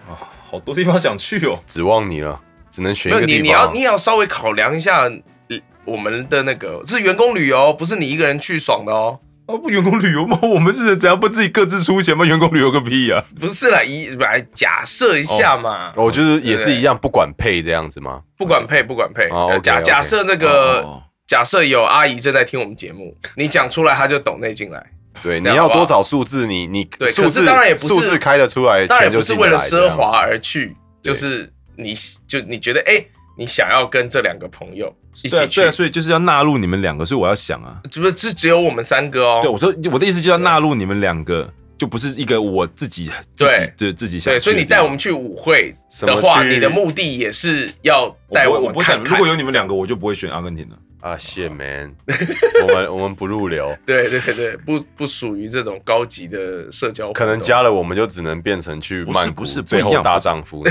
啊好多地方想去哦。
指望你了，只能选
没
一
有
个地
你，
方。啊
你要你也要稍微考量一下呃我们的那个是员工旅游，不是你一个人去爽的哦。
哦，不，员工旅游吗？我们是怎样不自己各自出钱吗？员工旅游个屁呀、
不是啦，一来假设一下嘛，
哦，就是也是一样，不管配这样子吗？
不管配不管配，
哦
呃
OK，
假
OK
假设这个、
哦
假设有阿姨正在听我们节目，你讲出来她就懂内进来，
对，你
这样
要
好不好
多少数字？你你
对
数
可
字
是当然也不是
数字开得出来，
当然
钱
不
就是进
为
得
了
来这
奢
样
华而去，
对
就是你就你觉得哎、你想要跟这两个朋友一
对啊
起，去
对啊，，所以就是要纳入你们两个，所以我要想啊。
这不是只有我们三个哦，
对，我说我的意思就是要纳入你们两个，就不是一个我自己自己
对
对自己想去的地方。
对，所以你带我们去舞会的
什么
话，
去
你的目的也是要带
我不会
们
我不会
看
想，
看。
如果有你们两个，
这样子，
我就不会选阿根廷了。
啊谢 man，我 们我们不入流，
对对对，不不属于这种高级的社交活动，
可能加了我们就只能变成去
不是
曼谷
不是不
最
一
后
样
大
不是
丈夫那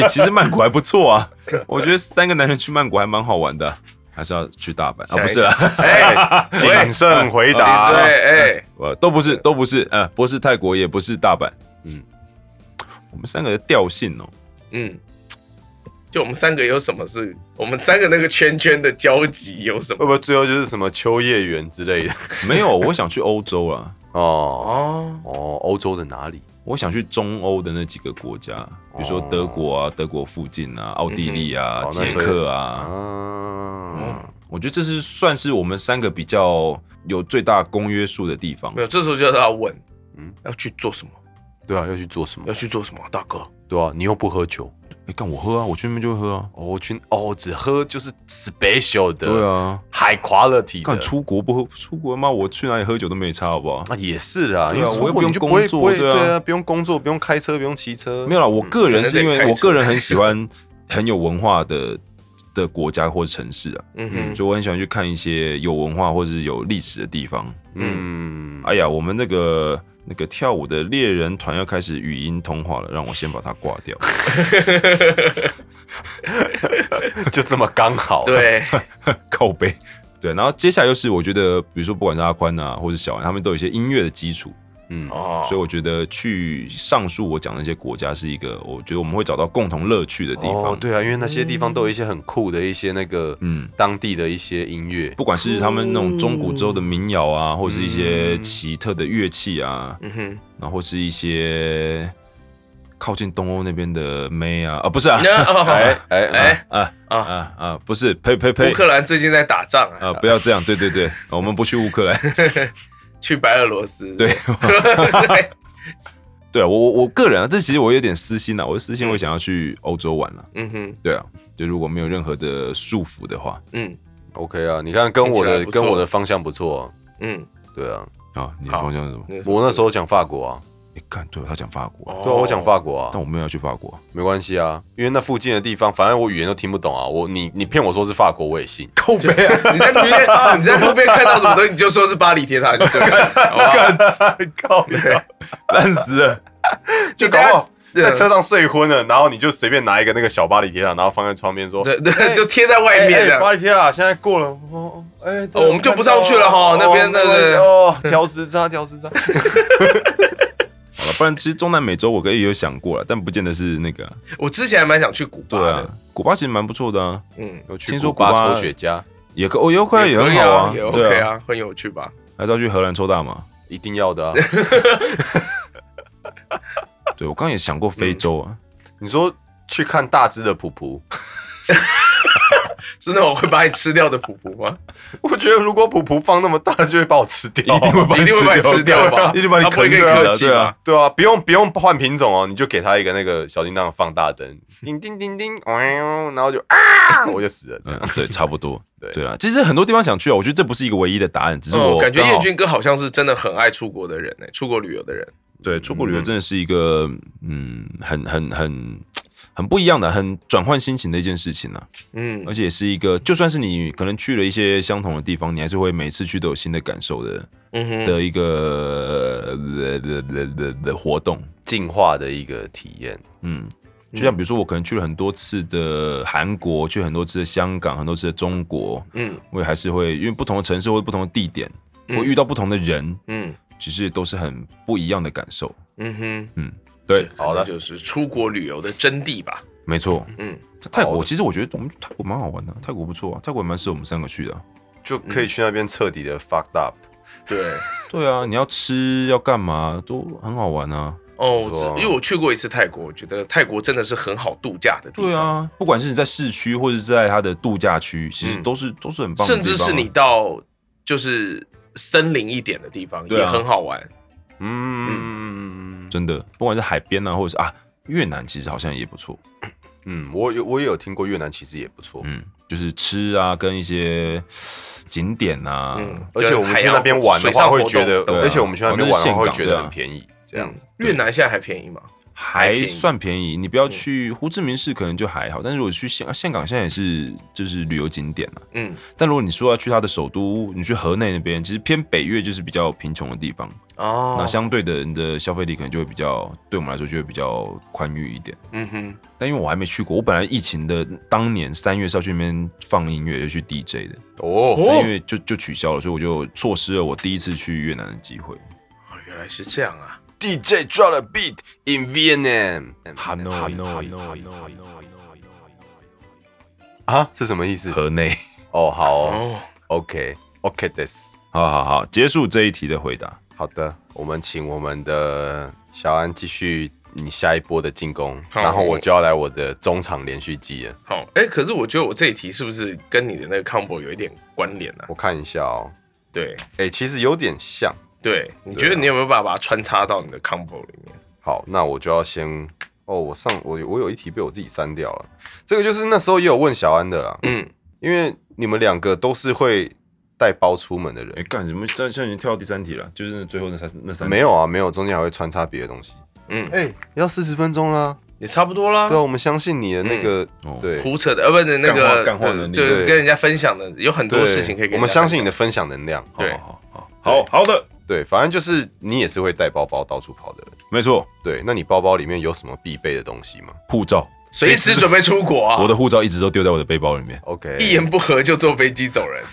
样。
哎、其实曼谷还不错 啊，我觉得三个男人去曼谷还蛮好玩的啊，还是要去大阪
想一
啊？不是啊，
哎，喂
谨慎回答。
对，哎，
呃，都不是，都不是，呃，不是泰国，也不是大阪，嗯，我们三个的调性哦、
嗯，就我们三个有什么是我们三个那个圈圈的交集有什
会
么？
不会最后就是什么秋叶原之类的？
没有，我想去欧洲啊，
哦
哦，
哦，欧洲的哪里？
我想去中欧的那几个国家，比如说德国啊，德国附近啊，奥地利啊
嗯，哼哦
捷
那所以
克啊，
啊，
我觉得这是算是我们三个比较有最大公约数的地方
没。有，这时候就是要问，嗯
嗯，
要去做什么？
对啊，要去做什么
要？去做什么，大哥？
对啊，你又不喝酒，
你看、我喝啊，我去那边就会喝啊。
哦，我去哦，只喝就是 special 的，
对，啊，
海 quality
看
的。
出国不喝出国吗？我去哪里喝酒都没差，好不好？
啊，也是啊，
对
因
啊
为出
我又
国
不
你
用
就不会
工作
不会
对啊
对啊，不用工作，不用开车，不用骑车，
没有啦，我个人是因
可能
为
得开
我
车
个人很喜欢很有文化的的国家或者城市啊，
嗯
嗯，
哼，
所以我很喜欢去看一些有文化或者是有历史的地方。
嗯，
哎呀，我们那个那个跳舞的猎人团要开始语音通话了，让我先把它挂掉。 嗯
就这么刚好。，
对，
靠背。对，然后接下来又是我觉得，比如说不管是阿宽啊，或者小安，他们都有一些音乐的基础，
嗯，
哦，
所以我觉得去上述我讲的那些国家是一个，我觉得我们会找到共同乐趣的地方。
哦，，对啊，因为那些地方都有一些很酷的一些那个
嗯，
当地的一些音乐，
不管是他们那种中古之后的民谣啊，或者是一些
嗯
奇特的乐器啊，
嗯 哼，
然后或是一些靠近东欧那边的妹啊，啊不是啊，
那
哎
哦
哎
哎
啊啊
啊，
啊，不是，呸呸呸
乌，克兰最近在打仗啊
啊，不要这样，对对对，我们不去乌克兰，
去白俄罗斯，
对。
对，
对啊，我我我个人啊，这其实我有点私心啊，我的私心我想要去欧洲玩了、
嗯哼，
对啊，就如果没有任何的束缚的话
嗯
OK 啊，你看跟我
听起
的
来不错
跟我的方向不错啊，
嗯，
对啊，
啊，你的
好
方向是什么？
我那时候讲法国啊，
你看，对、啊、他讲法国、
哦
对啊，我讲法国啊
但，我没有要去法国，
没关系啊，因为那附近的地方，反正我语言都听不懂啊，我你你骗我说是法国，我也 信。
靠背啊，
你在路边，你在路边看到什么东西，你就说是巴黎铁塔就 对了，好不好？
靠你啊，
烂死了，
就搞不好
对
在车上睡昏了，然后你就随便拿一个那个小巴黎铁塔，然后放在窗边说，
对对，
哎
就贴在外面
哎哎
这样。
巴黎铁塔现在过了，哦，哎，对
哦我们就不上去了哈
哦
那边那个
哦，调时差，调时差，
好了，不然其实中南美洲我可以有想过了，但不见得是那个啊、
我之前还蛮想去古巴
对
的，
啊，古巴其实蛮不错的啊，
嗯，
我去
听说
古巴
古
抽
巴
雪茄，
也可哦，也
也
快也很好
可以也
对
OK
啊，
啊，很有趣吧？
还是要去荷兰抽大 麻。
一定要的啊。
对我刚刚也想过
嗯
非洲啊，
你说去看大只的噗噗，
是那种会把你吃掉的普普吗？
我觉得如果噗噗放那么大，就会把我吃掉，
一定会把
一定会把你吃掉吧？
一定把你
它不会
啃
跟你
死啊
客气
对啊
吧？
对啊，不用不用换品种哦，你就给他一个那个小叮当的放大 灯，叮叮叮叮， 哎呦，然后就啊，我就死了。
嗯，对，差不 多，
对
对啊，其实很多地方想去啊，我觉得这不是一个唯一的答案，只是
嗯，
我
感觉
刚好
彦军哥好像是真的很爱出国的人呢，出国旅游的人。
嗯对，出国旅游真的是一个嗯，很很很很不一样的，很转换心情的一件事情呢、
嗯
而且也是一个，就算是你可能去了一些相同的地方，你还是会每次去都有新的感受的
嗯哼，
的一个呃的的的的活动。
进化的一个体验。
嗯，就像比如说，我可能去了很多次的韩国，去很多次的香港，很多次的中国，
嗯
我也还是会因为不同的城市或者不同的地点，
嗯
我遇到不同的人，
嗯
其实都是很不一样的感受。
嗯哼，
嗯，对，
好的
这就是出国旅游的真谛吧。
没错。
嗯，
泰国其实我觉得我们去泰国蛮好玩的，泰国不错啊，泰国也蛮适合我们三个去的啊、
就可以去那边彻底的 fucked up。
对。
对啊，你要吃要干嘛都很好玩啊。
哦，我知
是吧
因为我去过一次泰国，我觉得泰国真的是很好度假的地
对
方，
啊，不管是你在市区或者是在它的度假区，其实
嗯
都是、都是很棒的
甚
地方啊、
至是你到就是森林一点的地方、
对啊
也很好玩。
嗯
真的，不管是海边啊，或者是啊越南，其实好像也不错。
嗯，我有我也有听过越南，其实也不
哦
错。
嗯，就是吃啊，跟一些景点啊，
嗯，
而且我们去那边玩的话，会觉得，而且我们去那边玩的话，会觉得很呃便宜，这
这样
样
嗯
子
子。。
越南现在还便宜吗？
还
还便宜嗯
算便宜。你不要去胡志明市，可能就还好，但是如果去香香港，现在也是就是旅游景点啊。
嗯，
但如果你说要去它的首都，你去河内那边，其实偏北越就是比较贫穷的地方，
哦，
那相对的你的消费力可能就会比较，对我们来说就会比较宽裕一点。
嗯哼，
但因为我还没去过，我本来疫情的当年三月是要去那边放音乐，要去 DJ 的，
哦，
但
哦
因，为就就取消了，所以我就错失了我第一次去越南的机会。
哦原来是这样啊。
DJ drop a beat in Vietnam。
哈 no no no
啊，是什么意思？
河内，
哦，好哦
哦，
，OK OK this。
好好好，结束这一题的回答。
好的，我们请我们的小安继续你下一波的进攻，
好
然后我就要来我的中场连续技了。
好，哎，可是我觉得我这一题是不是跟你的那个 combo 有一点关联啊？
我看一下哦，
对
哎，其实有点像。
对，你
对啊
觉得你有没有办法把它穿插到你的 combo 里面？
好，那我就要先哦，我上我我有一题被我自己删掉了，这个就是那时候也有问小安的啦，
嗯，
因为你们两个都是会带包出门的
哎、
人，
干什么？这现在已经跳到第三题了，就是那最后那三那三题
没有啊，没有，中间还会穿插别的东西。
嗯
哎、要四十分钟啦，
也差不多啦。
对啊，我嗯们相信你的那个，
哦
对
胡扯的，呃，不是那个，
干话干话
对
能力
就是
对
跟人家分享的，有很多
对
事情可以跟
我
人
们
家
相信你
分
的分享能量。
对
好好好好好的，
对，反正就是你也是会带包包到处跑的人。
没错，
对，那你包包里面有什么必备的东西吗
护照，
享，随时准备出国啊！
我的护照一直都丢在我的背包里面。
？OK，。
一言不合就坐飞机走人，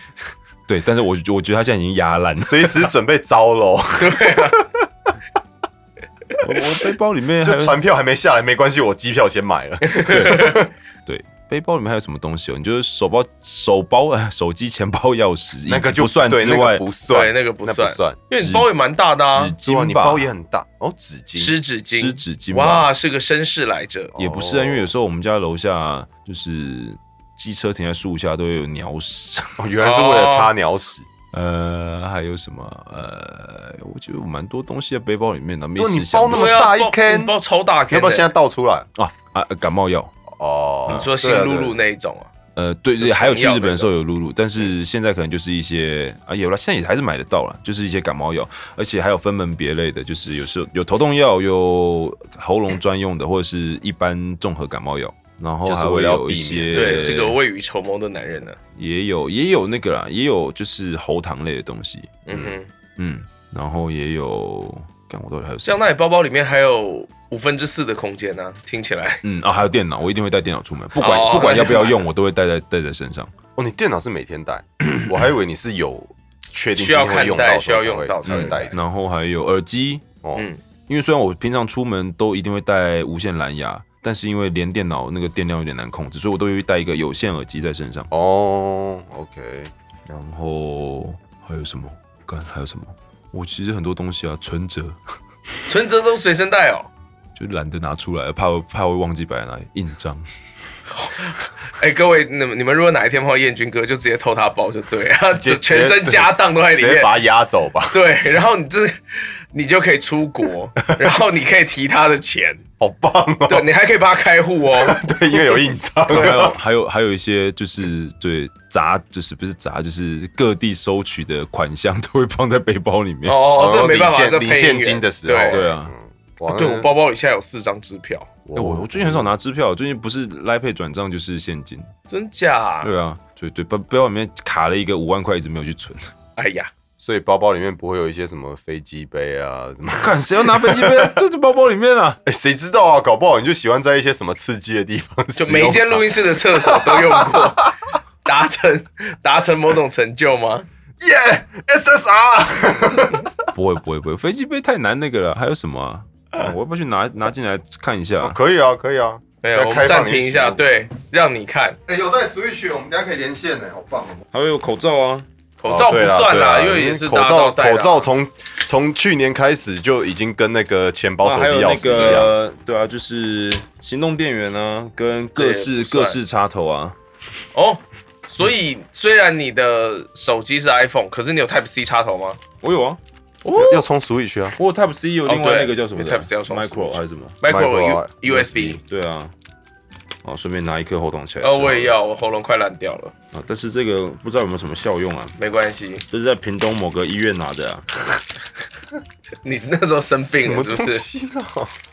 对，但是我我觉得他现在已经压烂了
随时准备糟喽，
我我背包里面 还
就
有
船票还没下来，没关系，我机票先买 了。
对，背包里面还有什么东西哦？你就是手包、手包、 呃、手机、钱包、钥匙，
那个
以及
就
不算之
对那个
外，
不算，
对那个不
那
算
不算。
因为你包也蛮大的啊
纸，
对啊，
巾
你
吧，
包也很大哦，纸巾。
湿纸巾，
湿纸巾吧
哇，是个绅士来着，
也不是啊，
哦
因为有时候我们家楼下就是机车停在树下都会有鸟屎，
哦，原来是为了擦鸟屎。
哦
呃，还有什么呃，我觉得有蛮多东西在背包里面的，没
对
事
你
想
包那
不
么
到
对啊
大一
包
坑
你包超大
要
坑
不要
的，嗯
现在倒出来？
啊啊，呃感冒药，
哦，
你说新
对啊
露露。
对啊
那一种啊？
呃，对
就
对，
成
还有去
药
日本
那嗯
的时候有露露，但是现在可能就是一些啊有了，现在也还是买得到了，就是一些感冒药，而且还有分门别类的，就是有时候有头痛药，有喉咙专用的，或者是一般综合感冒药，然后
就是
还
为
会
了要
有一
避免
些
对，是个未雨绸缪的男人呢。啊
也有也有那个啦，也有就是喉糖类的东西，
嗯哼，
嗯，然后也有，看我到底还有什
像
么？
那你包包里面还有五分之四的空间呢，听起来
嗯啊，还有电脑，我一定会带电脑出门，不管、
哦
不管要不要
那就好
用，我都会带在带在身上。
哦，你电脑是每天 带，我还以为你是有确定
需要
今天会用
看待
到的时候
需要用到
才会才
嗯
会带着。
然后还有耳机，
哦，
嗯
因为虽然我平常出门都一定会带无线蓝牙，但是因为连电脑那个电量有点难控制，所以我都会带一个有线耳机在身上。
哦，OK，
然后还有什么？干还有什么？我其实很多东西啊，存折
存折都随身带哦。
就懒得拿出来，怕我怕我忘记摆在哪里，印章。
哎，各位，你们你们如果哪一天碰到燕军哥，就直接偷他包就对 了，
接
全身家当都在
直
里
接
面。
把它压走 吧，
对，然后你这你就可以 出国，然后你可以提他的钱，
好棒哦！
对你还可以帮他开 户哦。
对，因啊为有印章。
还有还有还有一些就是对杂，就是不是杂，就是各地收取的款项都会放在背包里面。
哦，
然
这
后
没办
领
法，
现
这
领
配音员
现金的时候，
对
对啊
嗯，哇
对我包包里现在有四张支票，
哎，我我最近很少拿支票，最近不是 l i Pay 转账就是现金。
真假？
对啊，对对，包包里面卡了一个五万块，一直没有去存。
哎呀，
所以包包里面不会有一些什么飞机杯啊什么？
看谁要拿飞机 杯？这是包包里面啊。
哎，谁知道啊？搞不好你就喜欢在一些什么刺激的地方使
就
用它，
每一间 录音室的厕所都用过，达成达成某种成就吗？
耶 SSR，
不会不会不会，飞机杯太难那个了。还有什么啊？啊我要不要去拿拿进来看一下？
可以啊，可以啊。
没有，
再
我们
开放
暂停一
一
下，
次
对，让你看
哎，有带 Switch，我们等下可以连线呢，好棒哦。
还有口罩啊，
口罩不
对啦
算
哦对啊
啦，因为也是
口
大家都
罩，
戴
口
的啊。
罩从从去年开始就已经跟那个钱包、
哦
啊
哦手
还有
机、
那
钥匙一 样。
个对啊，就是行动电源啊，跟各式
这也不算
各式插头啊。
哦，所以虽然你的手机是 iPhone，可是你有 Type C 插头吗？
我有啊，
要要充 Switch 啊，
我有 Type C，有另外
对
那个叫什么的
有 Type C 要充
Micro
Switch
还是什么？
micro
Micro
U USB。
对啊。哦，顺便拿一颗喉糖起来吃。
呃，我也要，我喉咙快烂掉了，
啊，但是这个不知道有没有什么效用啊？
没关系。
这是在屏东某个医院拿的啊。
你是那时候生
什
病
么
了是不
东
是？
西啊？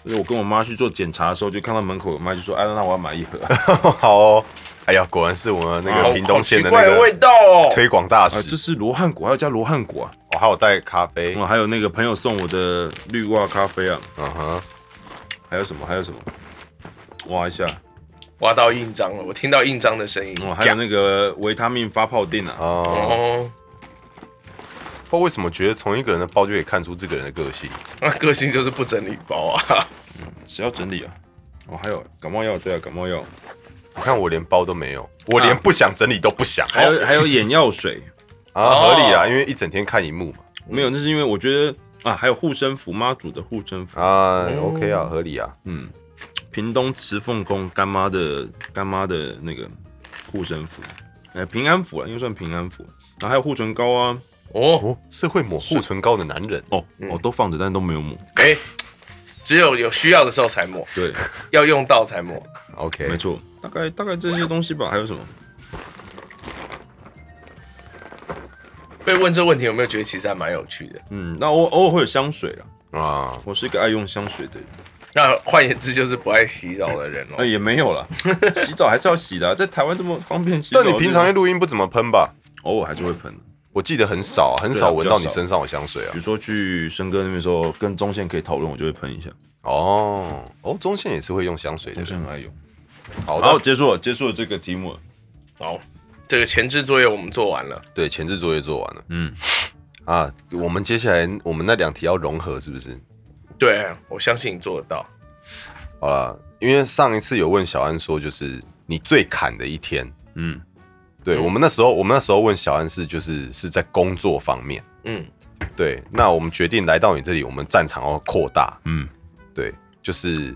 就是我跟我妈去做检查的时候，就看到门口有卖，就说：“哎，那我要买一盒。
好哦，哎呀，果然是我们那
好
个屏东县的
好
那
奇怪的味
个
道哦。
推广大
啊，这
使。
是嗯罗汉果，还有加罗汉果啊。
我还有带咖啡，
我、还有那个朋友送我的绿挂咖啡啊，
嗯哼，
还有什么？还有什么？挖一下。
挖到印章了，我听到印章的声音。
哦，还有那个维他命发泡锭啊。
哦，
哦，
不知道为什么觉得从一个人的包就可以看出这个人的个性。
那个性就是不整理包啊。
谁要整理啊？哦，还有感冒药，对啊，感冒药，
你看我连包都没
啊
有，我连不想整理都不想
还哦有还有眼药 水，
啊，
哦
合理啦，因为一整天看荧幕嘛。
没有，那是因为我觉得啊，还有护身符，妈祖的护身符，
啊，OK
嗯
啊，合理啊。
嗯，屏东慈凤宫干妈的干妈的那个护身符，哎、平安符啊，应该算平安符，然后还有护唇膏啊，
哦，
哦，是会抹护唇膏的男人，
哦哦，都放着，但都没有抹，
哎、只有有需要的时候才抹，
对，
要用到才抹。
没
OK，
错，大概大概这些东西吧，还有什么？
被问这问题有没有觉得其实还蛮有趣的？
嗯，那偶偶尔会有香水啦，
啊，
我是一个爱用香水的人，
那换言之就是不爱洗澡的人
那、
哦。
也没有 啦，洗澡还是要洗的啊、在台湾这么方便洗澡，
但你平常录音不怎么喷吧？
偶尔还是会喷的。
我记得很少啊，很
对啊
少闻到
比
你
较少
身上有香水啊
比。如说去生哥那边的时候，跟中线可以讨论，我就会喷一下。
哦，哦，中线也是会用香水的
中线
人。
很爱用。
好
好，
的，
结束了，结束了这个题目了。
好，这个前置作业我们做完了。
对，前置作业做完了
嗯，
啊，我们接下来我们那两题要融合，是不是？
对，我相信你做得到。
好啦，因为上一次有问小安说，就是你最砍的一天。
嗯，
对、
嗯
我们那时候，我们那时候问小安是就是是在工作方面。
嗯，
对，那我们决定来到你这里，我们战场要扩大。
嗯，
对，就是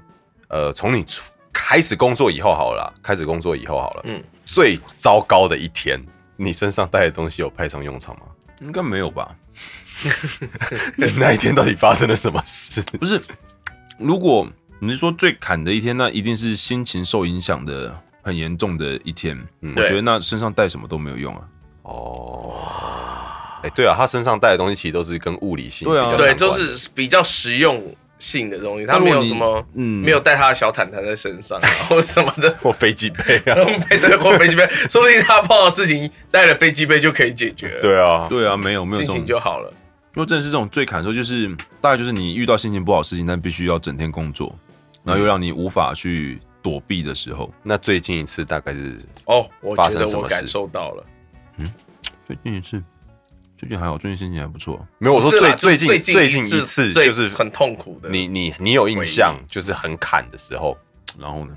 呃，从你出开始工作以后好了啦，开始工作以后好了，
嗯
嗯，最糟糕的一天，你身上带的东西有派上用场吗？
应该没有吧？
那一天到底发生了什么事？
不是，如果你是说最砍的一天，那一定是心情受影响的很严重的一天。
嗯
我觉得
对，
那身上带什么都没有用啊。
哦，哎、对啊，他身上带的东西其实都是跟物理性比
对啊
较相关
对，
的
就是比较实用性的东西，他
但如
没
果
有
你
什么，
嗯
没有带他的小毯毯在身上，然后什么的。
或飞机杯啊，
飞对，或飞机杯， 说不定他碰到的事情带了飞机杯就可以解决了，
对啊，
对啊，没有没有这
心
种
情，就好了。
因为真的是这种最砍的时候，就是大概就是你遇到心情不好的事情，但必须要整天工作，然后又让你无法去躲避的时候。
那最近一次大概是
哦，我觉
发生
得
什
我
么事
感受到了，
最近一次，最近还好，最近心情还不错。
没有我说
不是啦
最
就
最近最
最
近
一
一次
最
就是
很痛苦的，
你你你有印象就是很砍的时候
然后呢？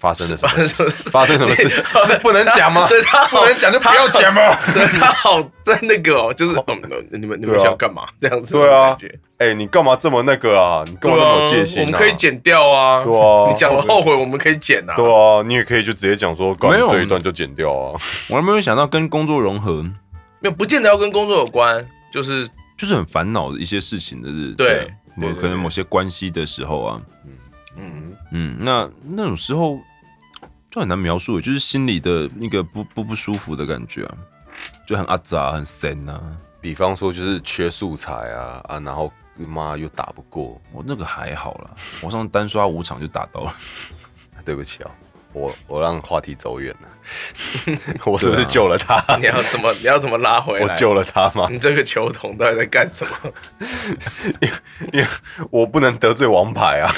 发生了什
发
么
生
事？
什么事？
发生什么 事是不能讲吗？
对他好
不能讲就不要讲嘛。
对他好在那个哦，就是嗯，你们你们
对啊
想干嘛这样子？
对啊
感觉
哎、你干嘛这么那个啊？你干嘛那么有戒心、啊
对啊我们可以，剪掉啊。
对啊
你讲了后悔，我们可以剪啊。
对啊，你也可以就直接讲说，
没
干
有
这一段就剪掉啊。
我还没有想到跟工作融合，
没有，不见得要跟工作有关，就是
就是很烦恼的一些事情的日，啊
对对
某
对对
可能某些关系的时候啊，
嗯，
嗯，那那种时候就很难描述，欸就是心里的那个不不不舒服的感觉啊，就很阿杂、很神啊，
比方说就是缺素材啊啊，然后妈又打不过，
我那个还好啦，我上次单刷五场就打到了。
对不起哦， 我我让话题走远了， 我是不是救了他？
你要怎么你 要怎么拉回来？
啊
我救了他吗？
你这个球童到底在干 什么？
因为我不能得罪王牌 啊，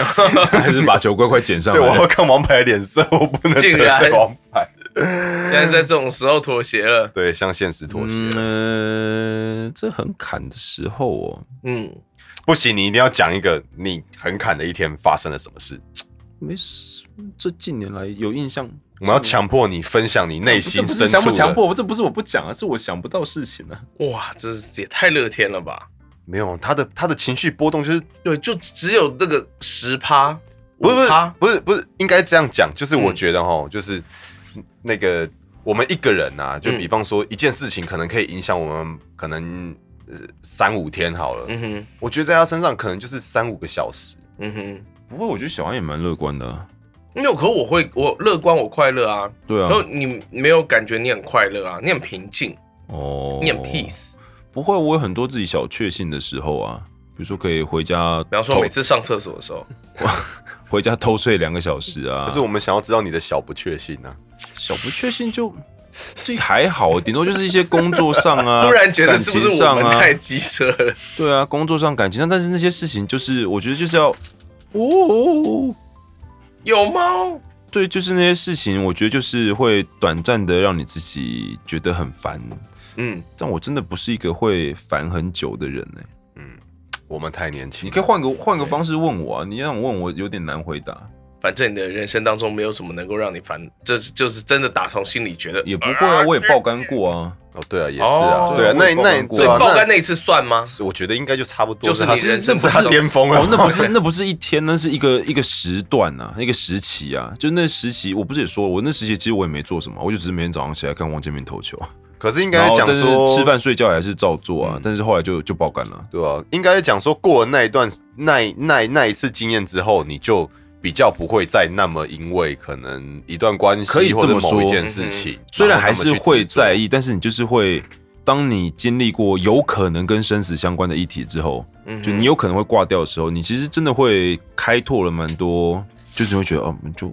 还是把球乖乖捡上来。
对我要看王牌的脸色，我不 能
竟
得
然
罪王牌。
现在在这种时候妥协了，
对，向现实妥协，
嗯，呃这很砍的时候哦，
嗯，
不行，你一定要讲一个你很砍的一天发生了什么事。
没事。这近年来有印象，
我们要强迫你分享你内
这
心
不是
深
强
处
不
的。
强迫，我这不是我不讲啊，是我想不到事情啊。
哇，这是也太乐天了吧？
没有他的他的情绪波动就是
对，就只有那个十趴，
不是
五趴，
不是不是不是应该这样讲，就是我
嗯
觉得哈，就是那个我们一个人啊，就
嗯
比方说一件事情可能可以影响我们可能呃三五天好了，
嗯哼，
我觉得在他身上可能就是三五个小时。
嗯哼。
不过我觉得小安也蛮乐观的、啊，
没有，可我会，我乐观，我快乐啊。
对啊，
可你没有感觉你很快乐啊，你很平静，
哦，
你很 peace。
不会，我有很多自己小确幸的时候啊，比如说可以回家偷，
比方说每次上厕所的时候，
回家偷睡两个小时啊，
可是我们想要知道你的小不确幸啊，
小不确幸就这还好，顶多就是一些工作上啊，
突然觉得是不是
感情
我
上
们
啊
太机车了？
对啊，工作上、感情上，但是那些事情就是我觉得就是要哦，
有猫，
对，就是那些事情，我觉得就是会短暂的让你自己觉得很烦，
嗯，
但我真的不是一个会烦很久的人呢、欸
嗯，我们太年轻啊
你
了，
可以换个换个方式问我啊，你让我问我有点难回答，
反正你的人生当中没有什么能够让你烦，这就是真的打从心里觉得
也不会
呃
啊，我也爆肝过啊，
哦，对啊，也是啊，
哦
对啊，
我
那
也爆
那
肝过
对啊，
爆肝
那
那一次算吗？
我觉得应该就差不多，
就是
他
你人生
是他
不是
巅峰了，
哦，那不是那不是一天，那是一个一个时段啊，一个时期啊。就那时期，我不是也说，我那时期其实我也没做什么，我就只是每天早上起来看王建民投球，
可是应
然
该
后
哦
讲
但
说
是吃饭睡觉也还是照做啊。
嗯
但是后来就就爆肝了。
对啊，应该讲说过了那一段那那那一次经验之后，你就比较不会再那么因为可能一段关系
可以这
或者
么说嗯
某一件事情，
虽然还
后那
是
么去
会
执着
在，意，但是你就是会，当你经历过有可能跟生死相关的议题之后，
嗯哼
就你有可能会挂掉的时候，你其实真的会开拓了蛮多，就是你会觉得哦，就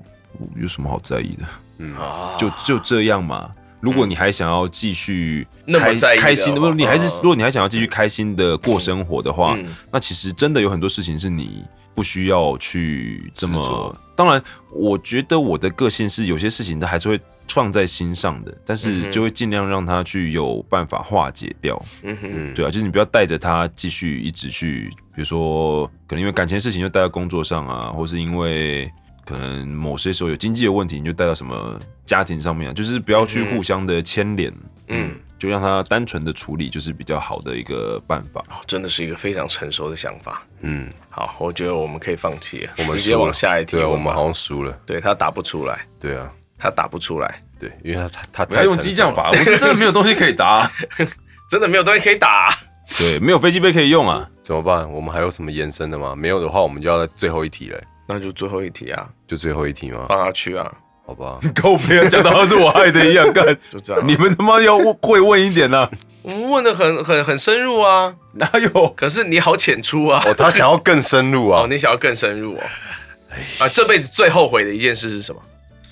有什么好在意的。
嗯，
啊，
就就这样嘛。如果你还想要继续
嗯那么
开
在意的
开心的，
话
不，你还是
嗯
如果你还想要继续开心的过生活的话，
嗯
那其实真的有很多事情是你不需要去
执
这么
着。
当然，我觉得我的个性是有些事情它还是会放在心上的，但
嗯
是
哼
就会尽量让它去有办法化解掉。
嗯哼，
嗯
对啊，就是你不要带着它继续一直去，比如说可能因为感情的事情就带到工作上啊，或是因为可能某些时候有经济的问题，你就带到什么家庭上面啊，就是不要去互相的牵连，
嗯，
就让它单纯的处理，就是比较好的一个办法。
哦真的是一个非常成熟的想法。
嗯，
好，我觉得我们可以放弃了，
我们
直接往下一题
对啊，我
问吧。
们好像输了，
对他打不出来，
对啊，
他打不出来，
对，因为他他他
不要
太
用
成
激
熟
将
了，
法，我是真的没有东西可以答、
真的没有东西可以打、
对，没有飞机杯可以用啊。
怎么办？我们还有什么延伸的吗？没有的话，我们就要在最后一题了，
那就最后一题啊，
就最后一题吗？
放他去啊，
好吧，
跟我朋友讲的好像是我害的一样，干
就这样 啊。
你们他妈要会问一点呐、啊！
我们问的很很很深入啊，
哪有？
可是你好浅出啊。
哦，他想要更深入啊
哦，，你想要更深入哦。啊，这辈子最后悔的一件事是什 么？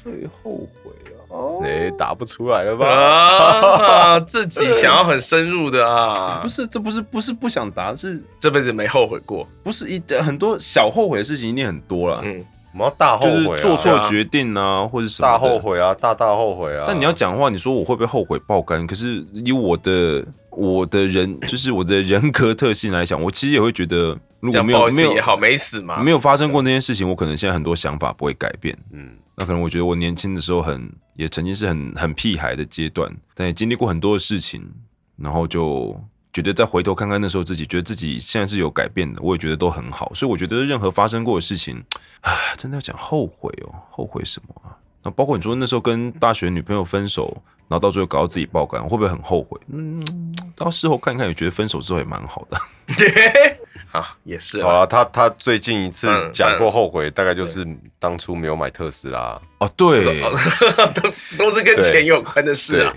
最后悔哦
哎，打不出来了吧？
啊，自己想要很深入的啊
不，是，这不是不是不想答，是
这辈子没后悔过。
不是一很多小后悔的事情一定很多啦，
嗯，
我们要大后
就是
悔啊，
做错决定啊，或者什么的
大后。悔啊，大大后悔啊！
但你要讲话，你说我会不会后悔爆肝？可是以我的我的人， 就是我的人格特性来讲，我其实也会觉得，如
这
果
样
没
不好
有
意
没
思
有
也好，没死
啊
嘛。
没有发生过那件事情，我可能现在很多想法不会改变。
嗯，
那可能我觉得我年轻的时候很也曾经是很很屁孩的阶段，但也经历过很多的事情，然后就觉得再回头看看那时候自己，觉得自己现在是有改变的，我也觉得都很好。所以我觉得任何发生过的事情，啊，真的要讲后悔哦，后悔什么啊？那包括你说那时候跟大学女朋友分手，然后到最后搞到自己爆肝，会不会很后悔？嗯，到事后看一看，也觉得分手之后也蛮好的。
啊，也是
好
啊。
了，他他最近一次
嗯
讲过后悔，大概就是当初没有买特斯拉。
哦，对，
都是跟钱有关的事啊。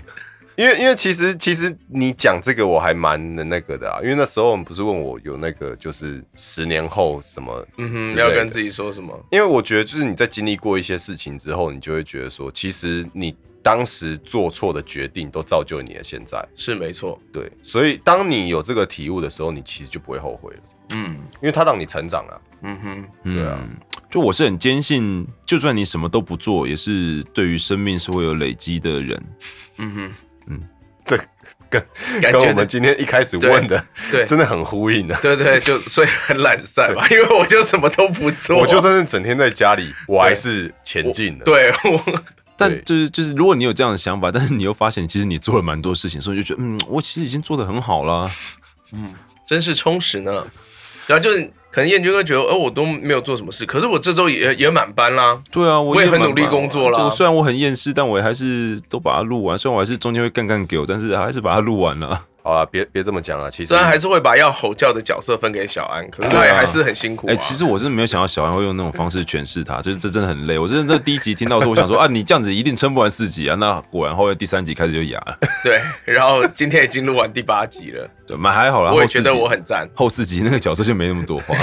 因为因为其实其实你讲这个我还蛮的那个的啊，因为那时候我们不是问我有那个就是十年后什么
嗯
之
哼，
类
要
的
跟自己说什么？
因为我觉得，就是你在经历过一些事情之后，你就会觉得说，其实你当时做错的决定都造就了你的现在。
是没错，
对，所以当你有这个体悟的时候，你其实就不会后悔了，
嗯
因为它让你成长啊了、
嗯哼，
对啊
嗯，就我是很坚信，就算你什么都不做，也是对于生命是会有累积的人。
嗯哼，
这跟
感
跟我
觉
们
的
今天一开始
对
问的，
对
真的很呼应的、啊。
对对，就所以很懒散嘛，因为我就什么都不做，
我就算是整天在家里，我还是前进的。，
啊 对我
但
对
就是就是，如果你有这样的想法，但是你又发现其实你做了蛮多事情，所以就觉得嗯，我其实已经做的很好 啦。
真是充实呢。然后就是可能燕君会觉得，哦，我都没有做什么事，可是我这周也也满班啦。
对啊，我
我也
蛮
很努力工作啦
就虽然我很厌世，但我还是都把它录完。虽然我还是中间会干干给我，但是还是把它录完了。
好了，别别这么讲了。其实
虽然还是会把要吼叫的角色分给小安，可是他也还是很辛苦、啊。
哎、其实我真的没有想到小安会用那种方式诠释它，就是这真的很累。我真的第一集听到的时候，我想说啊，你这样子一定撑不完四集啊。那果然后来第三集开始就哑了，
对，然后今天已经录完第八集了，
对，蛮还好啦。
我也
后四
觉得
集
我很赞。
后四集那个角色就没那么多话。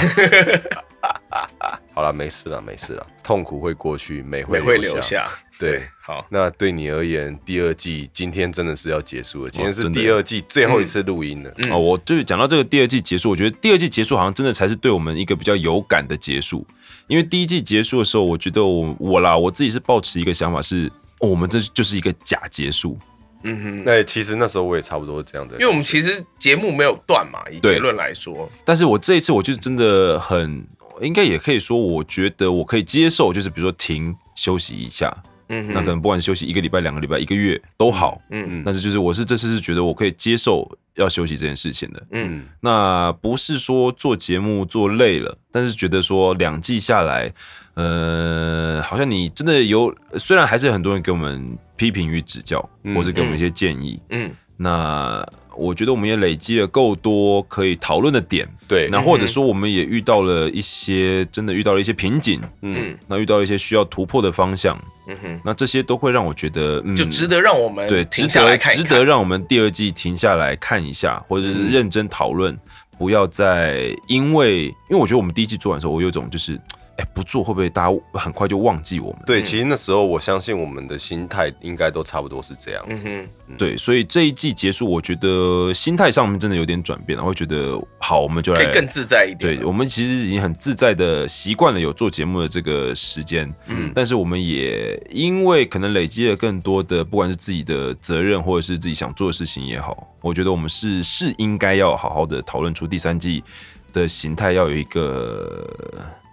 好了，没事了，没事了。痛苦会过去，美
美
会
会留下。
对，
好，
那对你而言，第二季今天真的是要结束了，今天是
真的
第二季最后一次录音了。
嗯
哦，我就是讲到这个第二季结束，我觉得第二季结束好像真的才是对我们一个比较有感的结束，因为第一季结束的时候，我觉得我我啦我自己是抱持一个想法是，哦、我们这就是一个假结束，
嗯哼，
那、其实那时候我也差不多这样的，
因为我们其实节目没有断嘛，以
对
结论来说，
但是我这一次我就是真的很，应该也可以说，我觉得我可以接受，就是比如说停休息一下，
嗯
那可能不管休息一个礼拜、两个礼拜、一个月都好，
嗯
但是就是我是这次是觉得我可以接受要休息这件事情的，
嗯
那不是说做节目做累了，但是觉得说两季下来，呃，好像你真的有，虽然还是很多人给我们批评与指教，
嗯
或是给我们一些建议，
嗯
那我觉得我们也累积了够多可以讨论的点，
对，
那或者说我们也遇到了一些真的遇到了一些瓶颈，
嗯
嗯
那遇到了一些需要突破的方向，
嗯哼，
那这些都会让我觉得，嗯，
就值得让我们
对，值
停下来
得
看一
值
看，嗯
得让我们第二季停下来看一下，或者是认真讨论，不要再因为因为我觉得我们第一季做完的时候，我有一种就是，哎、不做会不会大家很快就忘记我们？
嗯
对，其实那时候我相信我们的心态应该都差不多是这样。
嗯哼，
对，所以这一季结束，我觉得心态上面真的有点转变了，会觉得好，我们就
可
来
以更自在一点。
对，我们其实已经很自在的习惯了有做节目的这个时间，嗯，但是我们也因为可能累积了更多的，不管是自己的责任或者是自己想做的事情也好，我觉得我们是是应该要好好的讨论出第三季的形态要有一个，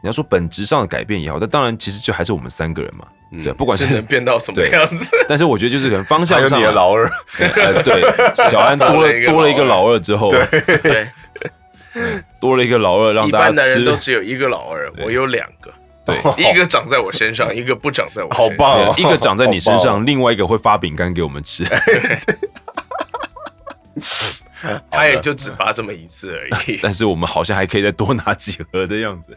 你要说本质上的改变也好，但当然其实就还是我们三个人嘛，对，不 管
嗯是
是
能，变到什么
对
样 子？
但是我觉得就是可能方
还
向
有
上
你的
啊，
老二，
呃，对，小安多
多了
了
一个
多了一
老
个
二
老二之后，
对，
多了一个老二，让
一
大
般
家
男人
吃哦
都只有一个老二，我有两个，
对。
一个长在我 身上，一个不长在我 身
好
上。
棒哦！
啊对一个长在你身
好
上，另外一个会发饼干给我们吃。啊
他也就只拔这么一次而 已。
但是我们好像还可以再多拿几盒的样子。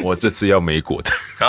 我这次要梅果的，
棒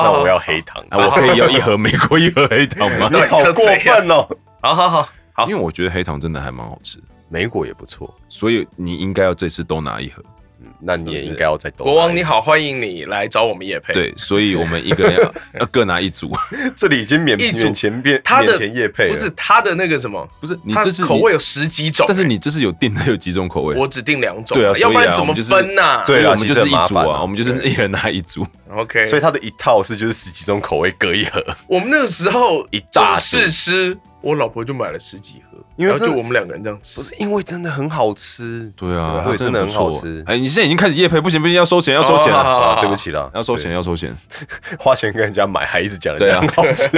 哦，那我要黑糖。
啊我可以要一盒梅果，一盒黑糖 吗
你？
到底 是
好
要
过
怎样
分哦！
好好好好
因为我觉得黑糖真的还蛮好吃的，
美果也不错，
所以你应该要这次都拿一盒。
嗯那你也
是不是
应该要再多。
国 王你，好，欢迎你来找我们叶配。，
对，所以我们一个人要要各拿一组。
这里已经免
一组
免前变
他的
免前叶配了
不是他的那个什么，
不是啊你
他
这是你
口味有十几种，
但是
欸
你这次有订的有几种口味？
我只定两种，
对啊，
要不
所以
然
啊
怎么分呐？
我们就
对
是
啊
所以我们
其
就是一组
实很麻烦啊
我们就是一人拿一组。
，OK，
所以它的一套是就是十几种口味各一盒，
我们那个时候
一大
就是试吃，我老婆就买了十几盒，
因为
然后
这
就我们两个人这样吃
不，是因为真的很好吃。
对啊，
对，
它
真的
的
很好
不错
吃。
哎，你现在已经开始夜配，不行不行，要收钱要收钱
哦好好
了，
好
啊，对不起啦，
要收钱要收钱，
对，花钱跟人家买，还一直讲人
对
家
啊
很好吃。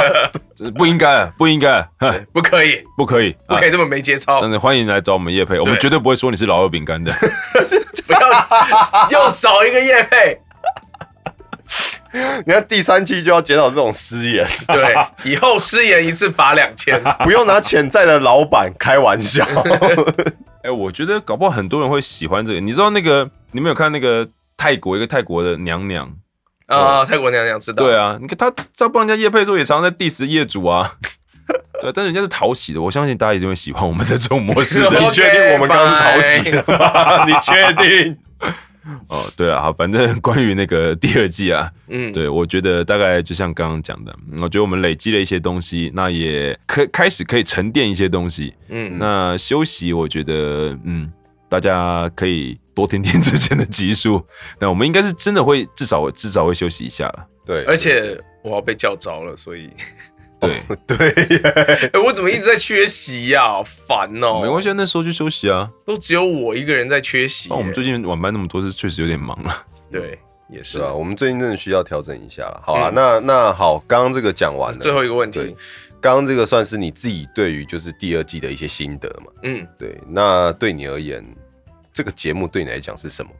这不应 该不应该，哼
不可以，
不可以
不
啊
可以这么没节操
但，是欢迎来找我们叶配，我们
对
绝对不会说你是老二饼干 的。
不要 又少一个叶配。
你看第三季就要减少这种失 言，
对，以后失言一次罚两千。
不用拿潜在的老板开玩 笑。
哎、我觉得搞不好很多人会喜欢这个。你知道那个，你们有看那个泰国一个泰国的娘娘？
啊、泰国娘娘知道。
对啊，你看她在帮人家叶配的时候，也常常在 diss 业主啊。对，但人家是讨喜的，我相信大家一定会喜欢我们的这种模
啊
式的
你确定我们刚刚是讨喜的 吗？你确定？
哦。对了，好，反正关于那个第二季啊，
嗯，
对我觉得大概就像刚刚讲的，嗯我觉得我们累积了一些东西，那也可开始可以沉淀一些东西。
嗯，
那休息，我觉得，嗯，大家可以多听听之前的集数。 那我们应该是真的会至少至少会休息一下了。
对，
而且我要被叫着了，所以，
对，
对 耶，
哎，我怎么一直在缺席呀？好烦哦！
没关系，啊，那时候就休息啊。
都只有我一个人在缺席耶。
那我们最近晚班那么多，是啊确实有点忙了。
对也是
是啊，我们最近真的需要调整一下了。好啦，
嗯
那那好，刚刚这个讲完了，
最后一个问
对
题，
刚刚这个算是你自己对于就是第二季的一些心得嘛？
嗯，
对，那对你而言，这个节目对你来讲是什么？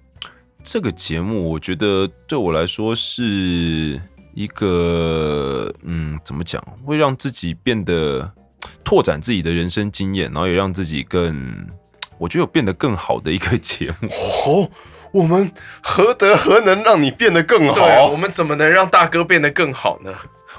这个节目，我觉得对我来说是一个，嗯，怎么讲，会让自己变得拓展自己的人生经验，然后也让自己更，我觉得有变得更好的一个节目。
哦，我们何德何能让你变得更
对啊，我们怎么能让大哥变得更好呢？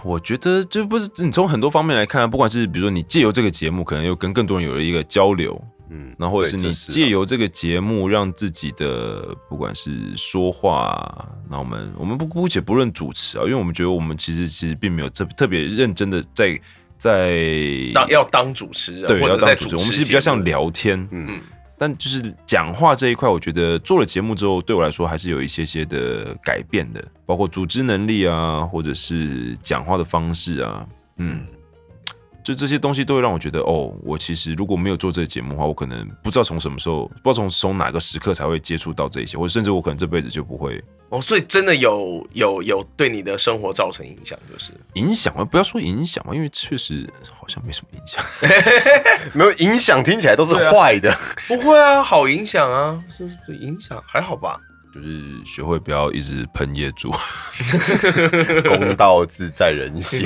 我觉得这不是你从很多方面来看啊，不管是比如说你借由这个节目，可能又跟更多人有了一个交流，
嗯
然后或者是
对
你
这啊
借由这个节目，让自己的不管是说话，那我们我们不姑且不论主持啊，因为我们觉得我们其实其实并没有特特别认真的在在
当要当主持人，
对
或
要
者
当
在
主
主
持
持，
人，我们其实比较像。聊天，
嗯
嗯，
但就是讲话这一块，我觉得做了节目之后，对我来说还是有一些些的改变的，包括组织能力啊，或者是讲话的方式啊，嗯，就这些东西都会让我觉得，哦，我其实如果没有做这个节目的话，我可能不知道从什么时候，不知道从从哪个时刻才会接触到这一些，或者甚至我可能这辈子就不会
哦，所以真的有有有对你的生活造成影响，就是
影响啊，不要说影响嘛，因为确实好像没什么影响。
没有影响，听起来都是坏的。
不会啊，好影响啊，是不是影响还好吧？
就是学会不要一直喷业主，
公道自在人 心，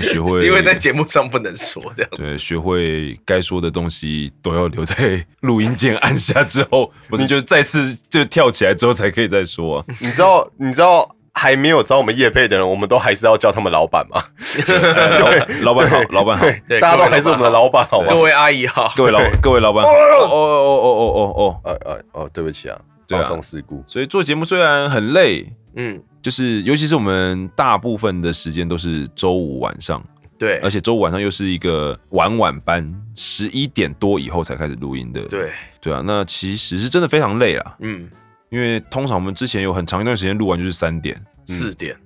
学会
因为在节目上不能说这样子。
对，学会该说的东西都要留在录音键按下之后，不是就再次就跳起来之后才可以再说、啊。
你知道？你知道还没有找我们叶配的人，我们都还是要叫他们老板吗？对，
老板好
对，
老板好，
对，
对
大家都还是我们的老板，好吧
各？位阿姨好，
各位老各位老板好，哦哦哦哦哦哦。
呃呃哦，对不起啊，
对啊
放松事故。
所以做节目虽然很累，
嗯，
就是尤其是我们大部分的时间都是周五晚上，
对
而且周五晚上又是一个晚晚班，十一点多以后才开始录音的。
对，
对啊，那其实是真的非常累啦，
嗯，
因为通常我们之前有很长一段时间录完就是三点。
四点，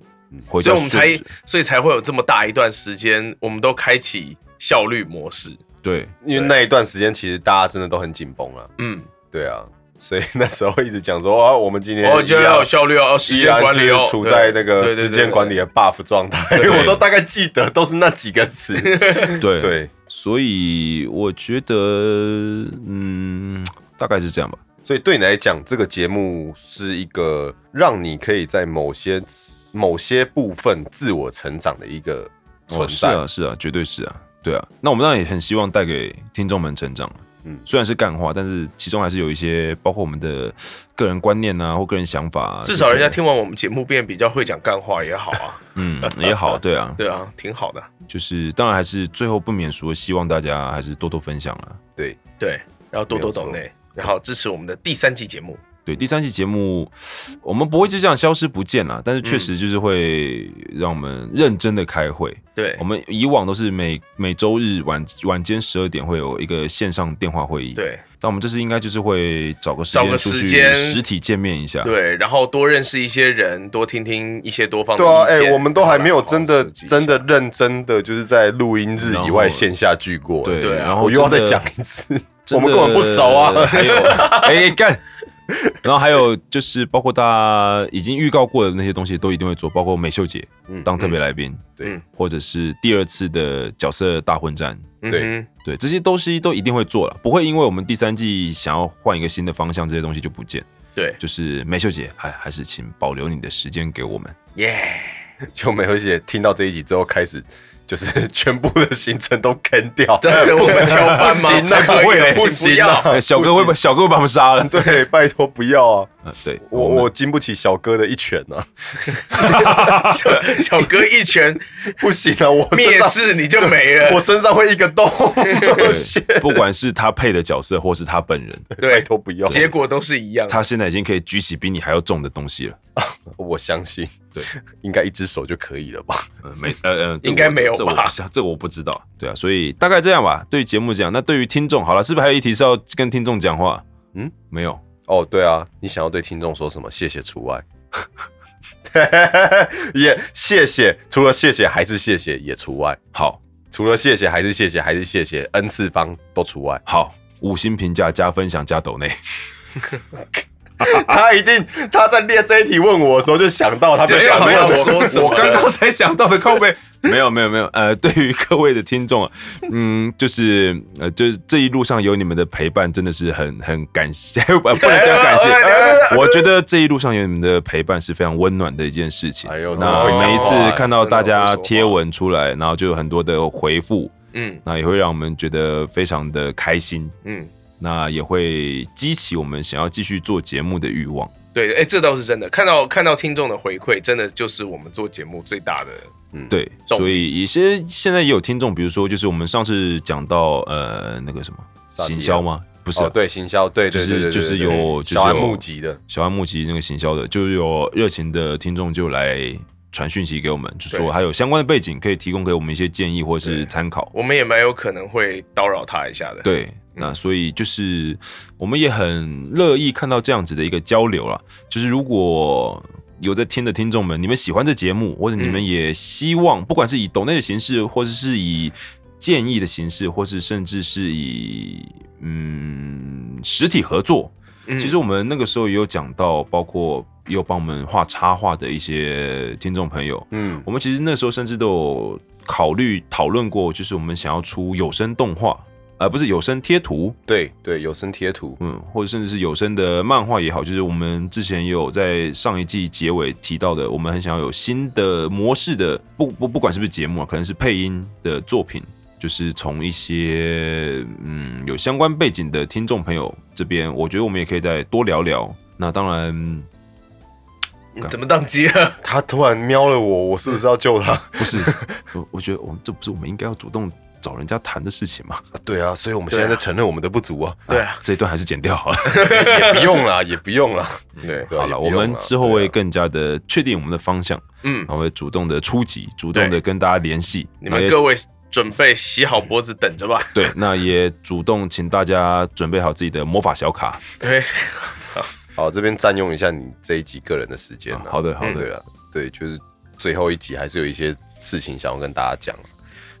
回家
嗯所以我们才
睡
所以才会有这么大一段时间，我们都开启效率模式。
对，
因为那一段时间其实大家真的都很紧绷啊，
嗯，
对啊，所以那时候一直讲说啊，我们今天
我觉得要有效率哦，要时
依
间
然
管
是
理哦，
处在那
对
个
对对
时间
对
管理的 buff 状态，
对
我都大概记得都是那几个词。
对
对，
所以我觉得，嗯，大概是这样吧。
所以对你来讲，这个节目是一个让你可以在某些某些部分自我成长的一个存
哦，是
在。
啊，是啊，绝对是啊，对啊。那我们当然也很希望带给听众们成长。
嗯
嗯，虽然是干话，但是其中还是有一些包括我们的个人观念啊，或个人想法、啊。
至少人家，听完我们节目变比较会讲干话也好啊，
嗯，也好，对啊，
对啊，挺好的。
就是当然还是最后不免说，希望大家还是多多分享啊啦。
对，
对，然后多
没有
多
错
懂内，然后支持我们的第三季节目。
对，第三期节目我们不会就这样消失不见啦，啊但是确实就是会让我们认真的开会。
对
我，们以往都是每每周日晚晚间十二点会有一个线上电话会议，。
对
但我们这次应该就是会找个时
找
间
个
出
时
去
间
实体见面一下，
对，然后多认识一些人，多听听一些多方的
对啊，
意
哎、
见
我们都还没有真的真。
然
的
后好好收集一下
认真的，就是在录音日以外线下聚过。
对
对啊
然后
我又要再
真的
讲一次，
真
我
的
们根本不熟啊。
还有哎干。然后还有就是，包括大家已经预告过的那些东西，都一定会做，包括美秀姐
嗯
当特别来宾，
对
或者是第二次的角色大混战，
嗯
对
哼
对，这些东西都一定会做了，不会因为我们第三季想要换一个新的方向，这些东西就不见。
对，
就是梅秀姐，还还是请保留你的时间给我们。
耶，
就美和姐听到这一集之后开始。就是 全部的行程都坑掉，
对我们交班
不
吗
行啊
才可以
不会
请
不
不
行
要
啊，
哎小哥会
不
不小哥会把我们杀了？
对，拜托不要啊！
呃，对，
我
们
我经不起小哥的一拳啊，
小小哥一拳
不行啊，我身
蔑
上
视你就没了
我。身上会一个洞，
对，不管是他配的角色，或是他本 人，
拜
对，
托不要，
结果都是一样。
他现在已经可以举起比你还要重的东西了。
我相信，
对，
应该一只手就可以了吧？
呃，没，呃呃，这
应该
我
没有
这我
吧
不知道，这我不知道。对啊，所以大概这样吧。对于节目这样，那对于听众，好了，是不是还有一题是要跟听众讲话？
嗯，
没有。
哦，对啊，你想要对听众说什么？谢谢除 外， 也谢谢，除了谢谢还是谢谢也除外，
好，
除了谢谢还是谢谢还是谢谢 n 次方都除外，
好，五星评价加分享加抖内。
他一定他在列这一题问我的时候就想到他
就
被
想
问
到
我
说什
我
么
刚刚
才想到的靠背，没有没有没有，呃，对于各位的听众啊， 嗯，就是呃，就是这一路上有你们的陪伴，真的是很很感 谢，呃不能叫感 谢，我觉得这一路上有你们的陪伴是非常温暖的一件事情。
哎呦，怎么
那
会讲话
每一次看到大
真
家
的会说话
贴文出来，然后就有很多的回复，
嗯
那也会让我们觉得非常的开心，
嗯，
那也会激起我们想要继续做节目的欲望。
对，哎，这倒是真的。看到看到听众的回馈，真的就是我们做节目最大的。
嗯
对，
动
所以一些现在也有听众，比如说就是我们上次讲到呃那个什么
萨提亚
行销吗？不是啊、
哦，对行销，对
就
对
是
对对，
就
对
是
对对
有就是
小安
有
募集的，
小安木吉那个行销的，就有热情的听众就来传讯息给我们，就说
对
还有相关的背景可以提供给我们一些建议或是参考。
我们也蛮有可能会叨扰他一下的。，
对，那所以就是我们也很乐意看到这样子的一个交流啦。就是如果有在听的听众们，你们喜欢这节目，或者你们也希望，不管是以抖内的形式，或者是以建议的形式，或是甚至是以嗯实体合作，
嗯
其实我们那个时候也有讲到，包括也有帮我们画插画的一些听众朋友，
嗯，
我们其实那时候甚至都有考虑讨论过，就是我们想要出有声动画，而、不是有声贴图，
对对，有声贴图，
嗯，或者甚至是有声的漫画也好，就是我们之前也有在上一季结尾提到的，我们很想要有新的模式的，不不不管是不是节目啊，可能是配音的作品，就是从一些嗯有相关背景的听众朋友这边，我觉得我们也可以再多聊聊。那当然
嗯怎么宕机了？
他突然瞄了我，我是不是要救他？
不是，我我觉得我们这不是我们应该要主动找人家谈的事情嘛？
对啊，所以我们现在在承认我们的不足啊，
对啊，
这一段还是剪掉好了。
也不用啦，也不用啦。
对，
对啊
好
也
了，
不
我
用
们
啦
之后
对啊
会更加的确定我们的方向，
嗯
然，后会主动的出击，主动
对
的跟大家联系。
你
那
们
也
各位准备洗好脖子等着吧。
对，那也主动请大家准备好自己的魔法小卡。
对，
好，这边占用一下你这一集个人的时间、啊
好的，好
嗯对
的，
了，对，就是最后一集还是有一些事情想要跟大家讲。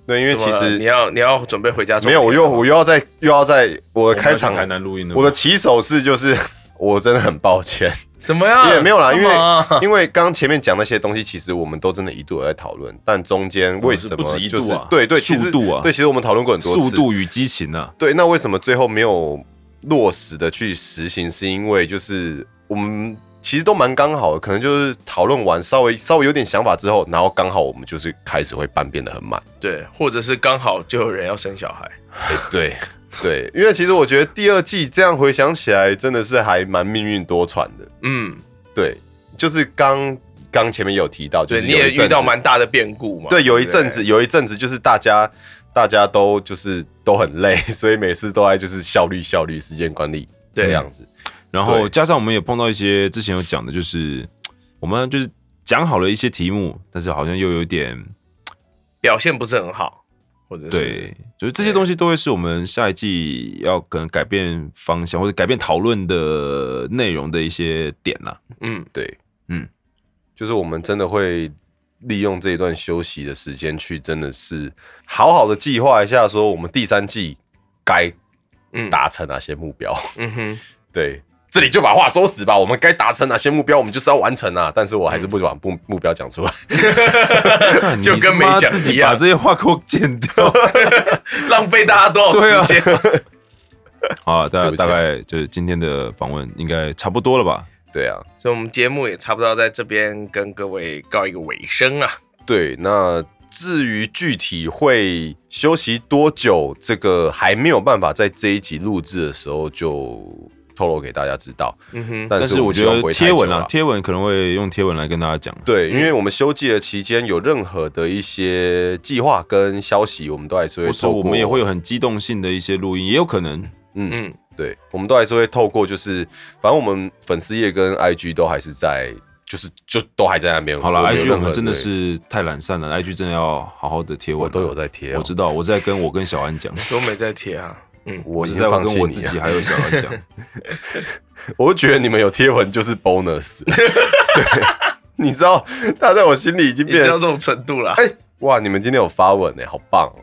对，因为其
怎么了你
实
要你要准备回家种
没有，
田
我
了
又
吗
我又要在又要在我的开场，
台南录音的，
我的起手式就是。我真的很抱 歉，
什么呀？
也没有啦，因为
干嘛
因为刚刚前面讲那些东西，其实我们都真的一度有在讨论，但中间为什
不
么
止一度
就
啊
是对对，其实
速度啊
对，其实我们讨论过很多次，
速度与激情啊呢？
对，那为什么最后没有落实的去实行？是因为就是我们其实都蛮刚好的，可能就是讨论完稍微稍微有点想法之后，然后刚好我们就是开始会班变得很满。
对，或者是刚好就有人要生小孩，
哎，对对，因为其实我觉得第二季这样回想起来，真的是还蛮命运多舛的。
嗯，
对，就是刚刚前面有提到，就
对，
是
你
有
也
一阵
遇到
子
蛮大的变故嘛。
对，有一
不
阵子，有一阵子就是大家大家都就是都很累，所以每次都在就是效率效率时间管理
对
这样子。
然后
对
加上我们也碰到一些之前有讲的，就是我们就是讲好了一些题目，但是好像又有点
表现不是很好，或者是
对，就是这些东西都会是我们下一季要可能改变方向或者改变讨论的内容的一些点啊啦。
嗯，
对，
嗯，
就是我们真的会利用这一段休息的时间去，真的是好好的计划一下，说我们第三季该
嗯
达成哪些目标。
嗯哼，
对，这里就把话说死吧，我们该达成哪些目标，我们就是要完成啊。但是我还是不把目目标讲出来。
干
就
你
跟
他
没
妈
讲
自
一
己
样
把这些话给我剪掉
浪费大家多少时间？
好啊！大
对不起
大
啊
概就是今天的访问应该差不多了吧？
对啊，
所以我们节目也差不多要在这边跟各位告一个尾声啊。
对，那。至于具体会休息多久，这个还没有办法在这一集录制的时候就透露给大家知道。
嗯哼，
但
但
是
是我
们
觉
希望
得
不会太
贴文
久
啊
啦，
贴文可能会用贴文来跟大家讲。啊
对，因为
嗯
我们休季的期间有任何的一些计划跟消息，我们都还是
或
会
者
透过，
我们也会有很机动性的一些录音，也有可能。
嗯，
嗯，
对，我们都还是会透过，就是反正我们粉丝页跟 IG 都还是在，就是就都还在那边。
好了
我没有
，IG 我
任何
们真的
对
是太懒散了，IG 真的要好好的贴文。啊
我都有，在贴哦，
我知道，我在跟我跟小安讲，
都没在贴啊。嗯，
我
我
已
是
经
在
放
跟
弃
我
你啊
自己
了，
还有小安讲。
我就觉得你们有贴文就是 bonus，对， 你知道他在我心里已经
已经
变
到这种程度了。
哎、哇，你们今天有发文哎，好棒哦！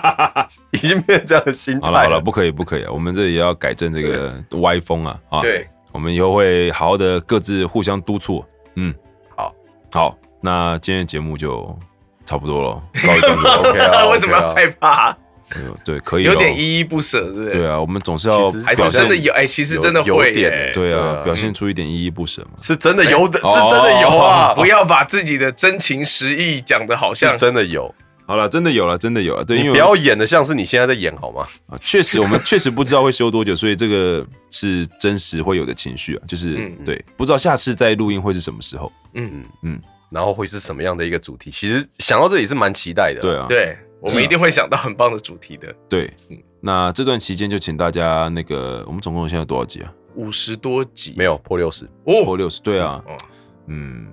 已经变成这样的心态
好了好了，不可以不可以啊，我们这也要改正这个歪风啊啊！，
对，
我们以后会好好的各自互相督促。嗯，
好，
好，那今天的节目就差不多了，告一段落。
OK 啊
为什么要害怕？
哎呦 对，可以咯，
有点依依不舍，对不对？
对啊，我们总是要
其实
还
表
是真的
现，
有哎，其实
有
真的会
有点
哎
哎
对
对
啊，
啊
表现出一点依依不舍嘛。
是真的有的，
哎
是真的有啊！
哦不要把自己的真情实意讲的好像
是真的有，
好了，真的有了，真的有了。对，因
你
为
不
我
要演的像是你现在在演好吗？
啊，确实，我们确实不知道会休多久，所以这个是真实会有的情绪啊，就是、
嗯嗯
对，不知道下次再录音会是什么时候。
嗯，
然后会是什么样的一个主题？其实想到这里是蛮期待的。
对，啊，
对，我们一定会想到很棒的主题的。
对
嗯
那这段期间就请大家那个，我们总共现在有多少集啊？
五十多集，
没有破六十，
破
哦，
六十，对啊，
哦
嗯，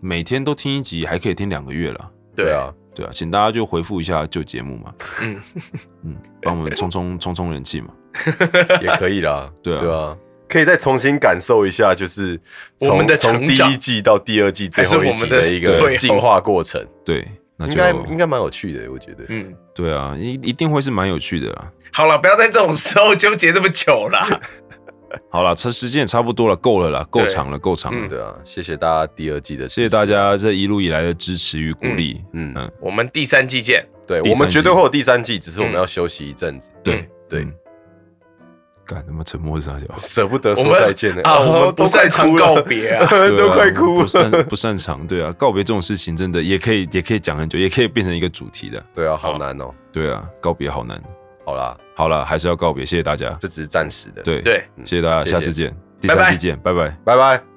每天都听一集，还可以听两个月了。
对啊，，
对啊，请大家就回复一下旧节目嘛，
嗯，
嗯，帮我们冲冲冲冲人气嘛。
也可以 啦。
对啊
对啊，可以再重新感受一下，就是从
我们的
从
成
第
长
一季到第二季最后一
还是我
集
们的
一
对
个进化过程，
对，那
应
就
该应该蛮有趣的，我觉得。
嗯，
对啊，一一定会是蛮有趣的啦。
好了，不要在这种时候纠结这么久了。
好了，这时间也差不多了，够了啦，够
对
长了，够长了。
嗯
对啊，谢谢大家第二季的支持，
谢谢大家这一路以来的支持与鼓励。
嗯，
嗯
我们第三季见，
对，
第三
我们绝
季
对会有第三季，只是我们要休息一阵子，
对
嗯
对？
嗯干他妈沉默是啥小
舍不得
我
说
们
再见呢。 哦
啊，我们不擅长告
别，
别啊。
都快
对啊我
哭
们不擅
了。
不擅长，对啊，告别这种事情真的也可以，也可以讲很久，也可以变成一个主题的。
对啊，好难哦。
对啊，告别好难。
好啦，
好了，还是要告别，谢谢大家。
这只是暂时的。，
对，嗯
对，
谢谢大家，
谢谢
下次见，第
拜
三
拜
季见，拜拜。
拜拜。